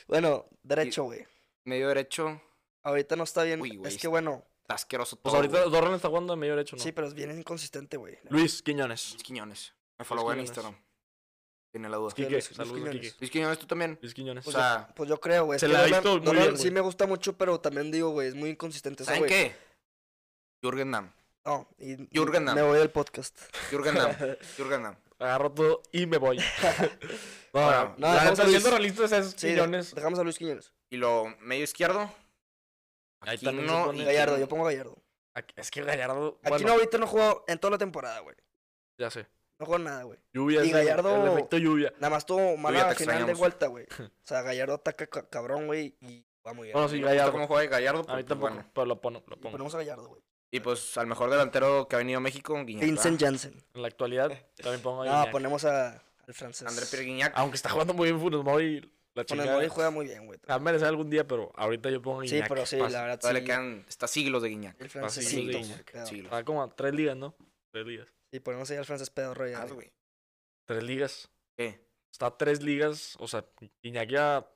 Speaker 3: Bueno, derecho, güey.
Speaker 1: Medio derecho,
Speaker 3: Ahorita no está bien.
Speaker 1: Uy, güey,
Speaker 3: es que bueno,
Speaker 1: está asqueroso todo.
Speaker 2: Pues ahorita
Speaker 1: güey.
Speaker 2: Dorlan está jugando de medio derecho, ¿no?
Speaker 3: sí, pero es bien inconsistente, güey.
Speaker 2: Luis Quiñones.
Speaker 1: Luis Quiñones. Me follow en
Speaker 2: Quiñones.
Speaker 1: Instagram. Tiene la duda.
Speaker 3: Sí.
Speaker 2: Quique,
Speaker 3: Luis
Speaker 2: saludos,
Speaker 3: Quiñones.
Speaker 2: Quique.
Speaker 1: Luis Quiñones, tú también.
Speaker 2: Luis Quiñones.
Speaker 1: O
Speaker 3: Pues
Speaker 2: O sea,
Speaker 1: sea,
Speaker 3: Pues yo creo, güey. es
Speaker 2: Se
Speaker 3: que
Speaker 2: la ha
Speaker 3: Dolan-
Speaker 2: visto muy
Speaker 3: Dolan
Speaker 2: bien,
Speaker 3: sí
Speaker 2: güey.
Speaker 3: me gusta mucho, pero también digo, güey, es muy inconsistente. ese
Speaker 1: ¿saben
Speaker 3: güey.
Speaker 1: qué? Jürgen Damm.
Speaker 3: No, y
Speaker 1: Jürgen Damm.
Speaker 3: me voy del podcast.
Speaker 1: Jürgen Damm. Jürgen Damm.
Speaker 2: agarro todo y me voy. no,
Speaker 1: Bueno,
Speaker 2: no,
Speaker 3: dejamos
Speaker 2: la neta,
Speaker 3: a Luis.
Speaker 2: siendo realistas es
Speaker 3: Sí, de-
Speaker 2: Quiñones.
Speaker 3: dejamos a Luis Quiñones.
Speaker 1: Y lo medio izquierdo.
Speaker 2: Ahí
Speaker 1: Aquí
Speaker 2: también se
Speaker 1: no.
Speaker 2: pone-
Speaker 1: y-
Speaker 3: Gallardo, yo pongo Gallardo.
Speaker 2: Aquí- Es que Gallardo,
Speaker 3: Aquí
Speaker 2: bueno,
Speaker 3: no, ahorita no jugó en toda la temporada, güey.
Speaker 2: ya sé.
Speaker 3: No jugó nada, güey.
Speaker 2: Lluvia,
Speaker 3: Y
Speaker 2: es el-
Speaker 3: Gallardo-
Speaker 2: el efecto lluvia.
Speaker 3: Nada más tuvo
Speaker 1: ya
Speaker 3: mala
Speaker 1: te
Speaker 3: final de
Speaker 1: extrañamos.
Speaker 3: vuelta, güey. O sea, Gallardo ataca ca- cabrón, güey, y va muy bien.
Speaker 2: No, sí,
Speaker 1: me gusta
Speaker 2: Gallardo.
Speaker 1: cómo juega Gallardo?
Speaker 2: A mí
Speaker 1: pues,
Speaker 2: tampoco,
Speaker 1: bueno.
Speaker 2: pero lo pongo, lo
Speaker 3: Y
Speaker 2: pongo.
Speaker 3: ponemos a Gallardo, güey.
Speaker 1: Y pues al mejor delantero que ha venido a México, Guiñac.
Speaker 3: Vincent Janssen.
Speaker 2: En la actualidad también pongo a
Speaker 3: No,
Speaker 2: Guiñac.
Speaker 3: ponemos a, al francés.
Speaker 1: André Pierre Guiñac.
Speaker 2: Aunque está jugando muy bien Funes Mori, la
Speaker 3: Funes
Speaker 2: chingada.
Speaker 3: Mori juega muy bien, güey.
Speaker 2: A merecer algún día, pero ahorita yo pongo a
Speaker 3: Sí,
Speaker 2: Guiñac.
Speaker 3: pero sí,
Speaker 2: fácil.
Speaker 3: la verdad
Speaker 1: Todavía le
Speaker 3: sí.
Speaker 1: quedan. Está siglos de Guiñac.
Speaker 3: El
Speaker 2: Fácil,
Speaker 3: francés.
Speaker 2: sí, Ah,
Speaker 1: Guiñac,
Speaker 3: Sí,
Speaker 1: siglos.
Speaker 2: Va como a tres ligas, ¿no? Tres ligas.
Speaker 3: y ponemos ahí al francés pedorro ya.
Speaker 1: Ah,
Speaker 3: güey.
Speaker 1: güey.
Speaker 2: Tres ligas.
Speaker 1: ¿Qué?
Speaker 2: Está a tres ligas, o sea, Guiñac ya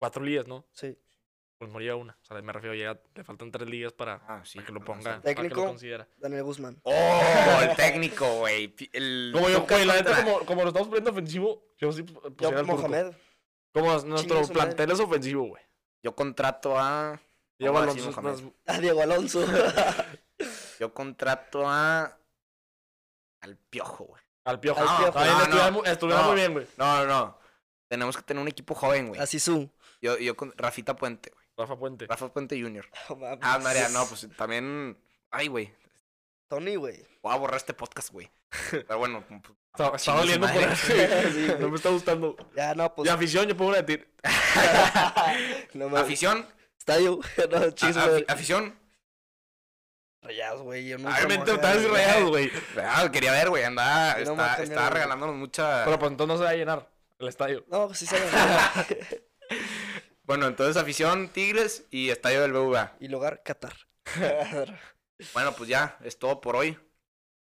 Speaker 2: cuatro ligas, ¿no?
Speaker 3: Sí.
Speaker 2: Funes Mori a una. O sea, me refiero, ya le faltan tres ligas para,
Speaker 1: Ah, sí.
Speaker 2: para que lo
Speaker 1: no
Speaker 2: ponga,
Speaker 1: sé.
Speaker 2: para que
Speaker 3: Técnico.
Speaker 2: lo considera.
Speaker 3: Daniel Guzmán.
Speaker 1: ¡Oh! El técnico, güey. Pi- El...
Speaker 2: Como yo,
Speaker 1: Tuca
Speaker 2: güey, la neta,
Speaker 1: contra-
Speaker 2: como, como lo estamos poniendo ofensivo, yo sí pu-
Speaker 3: Yo,
Speaker 2: pusiera al turco.
Speaker 3: Mohamed.
Speaker 2: Como
Speaker 3: Chingue
Speaker 2: nuestro
Speaker 3: su madre.
Speaker 2: plantel es ofensivo, güey.
Speaker 1: Yo contrato a.
Speaker 2: Yo,
Speaker 1: Vamos a
Speaker 2: Alonso,
Speaker 1: decir
Speaker 2: es
Speaker 1: Mohamed.
Speaker 2: más-
Speaker 3: A Ah, Diego Alonso.
Speaker 1: Yo contrato a. Al piojo, güey.
Speaker 2: al piojo.
Speaker 3: Al
Speaker 2: Ah,
Speaker 3: Piojo.
Speaker 2: está bien,
Speaker 1: No, no,
Speaker 2: estuviera mu- estuviera
Speaker 1: no.
Speaker 2: muy bien, güey.
Speaker 1: No, no, no. Tenemos que tener un equipo joven, güey.
Speaker 3: Así su.
Speaker 1: Yo, yo con Rafita Puente, güey.
Speaker 2: Rafa Puente.
Speaker 1: Rafa Puente Jr. Ah, María, no, pues también. Ay, güey.
Speaker 3: Tony, güey.
Speaker 1: Voy a borrar este podcast, güey. Pero bueno, pues,
Speaker 2: Está, está
Speaker 1: chingue su
Speaker 2: doliendo
Speaker 1: madre.
Speaker 2: poner.
Speaker 3: Sí, güey.
Speaker 2: no me está gustando.
Speaker 3: Ya, no,
Speaker 2: y
Speaker 3: pues.
Speaker 2: afición, yo pongo una de tir.
Speaker 3: no me
Speaker 1: afición.
Speaker 3: Estadio. No,
Speaker 1: a-
Speaker 3: chis,
Speaker 1: afi- Afición.
Speaker 3: Rayados, güey. Yo nunca.
Speaker 2: Ay, me
Speaker 3: me voy a
Speaker 2: otra vez
Speaker 3: quedar,
Speaker 2: rayados, güey.
Speaker 1: Ah, quería ver, güey. Andaba,
Speaker 3: No
Speaker 1: está-
Speaker 3: mames,
Speaker 1: estaba
Speaker 3: mierda.
Speaker 1: regalándonos mucha.
Speaker 2: Pero pues entonces no se va a llenar el estadio.
Speaker 3: No, pues, sí se va.
Speaker 1: Bueno, entonces afición, Tigres y Estadio del BVA.
Speaker 3: Y lugar, Qatar.
Speaker 1: Bueno, pues ya, es todo por hoy.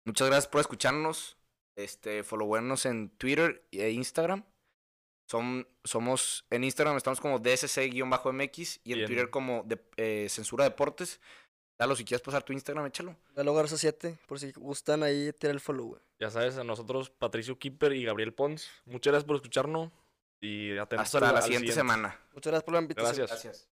Speaker 1: Muchas gracias por escucharnos. Este, followernos en Twitter e Instagram. Son, somos en Instagram estamos como DSC-MX y en
Speaker 2: Bien.
Speaker 1: Twitter como de- eh, Censura Deportes. Dalo, si quieres pasar tu Instagram, échalo.
Speaker 3: La lugar 7, por si gustan ahí tirar el follow, güey.
Speaker 2: Ya sabes, a nosotros, Patricio Kipper y Gabriel Pons. Muchas gracias por escucharnos. Y atentos
Speaker 1: Hasta
Speaker 2: al-
Speaker 1: la
Speaker 2: al
Speaker 1: siguiente semana.
Speaker 3: Muchas gracias por la invitación.
Speaker 2: Gracias.
Speaker 1: Gracias.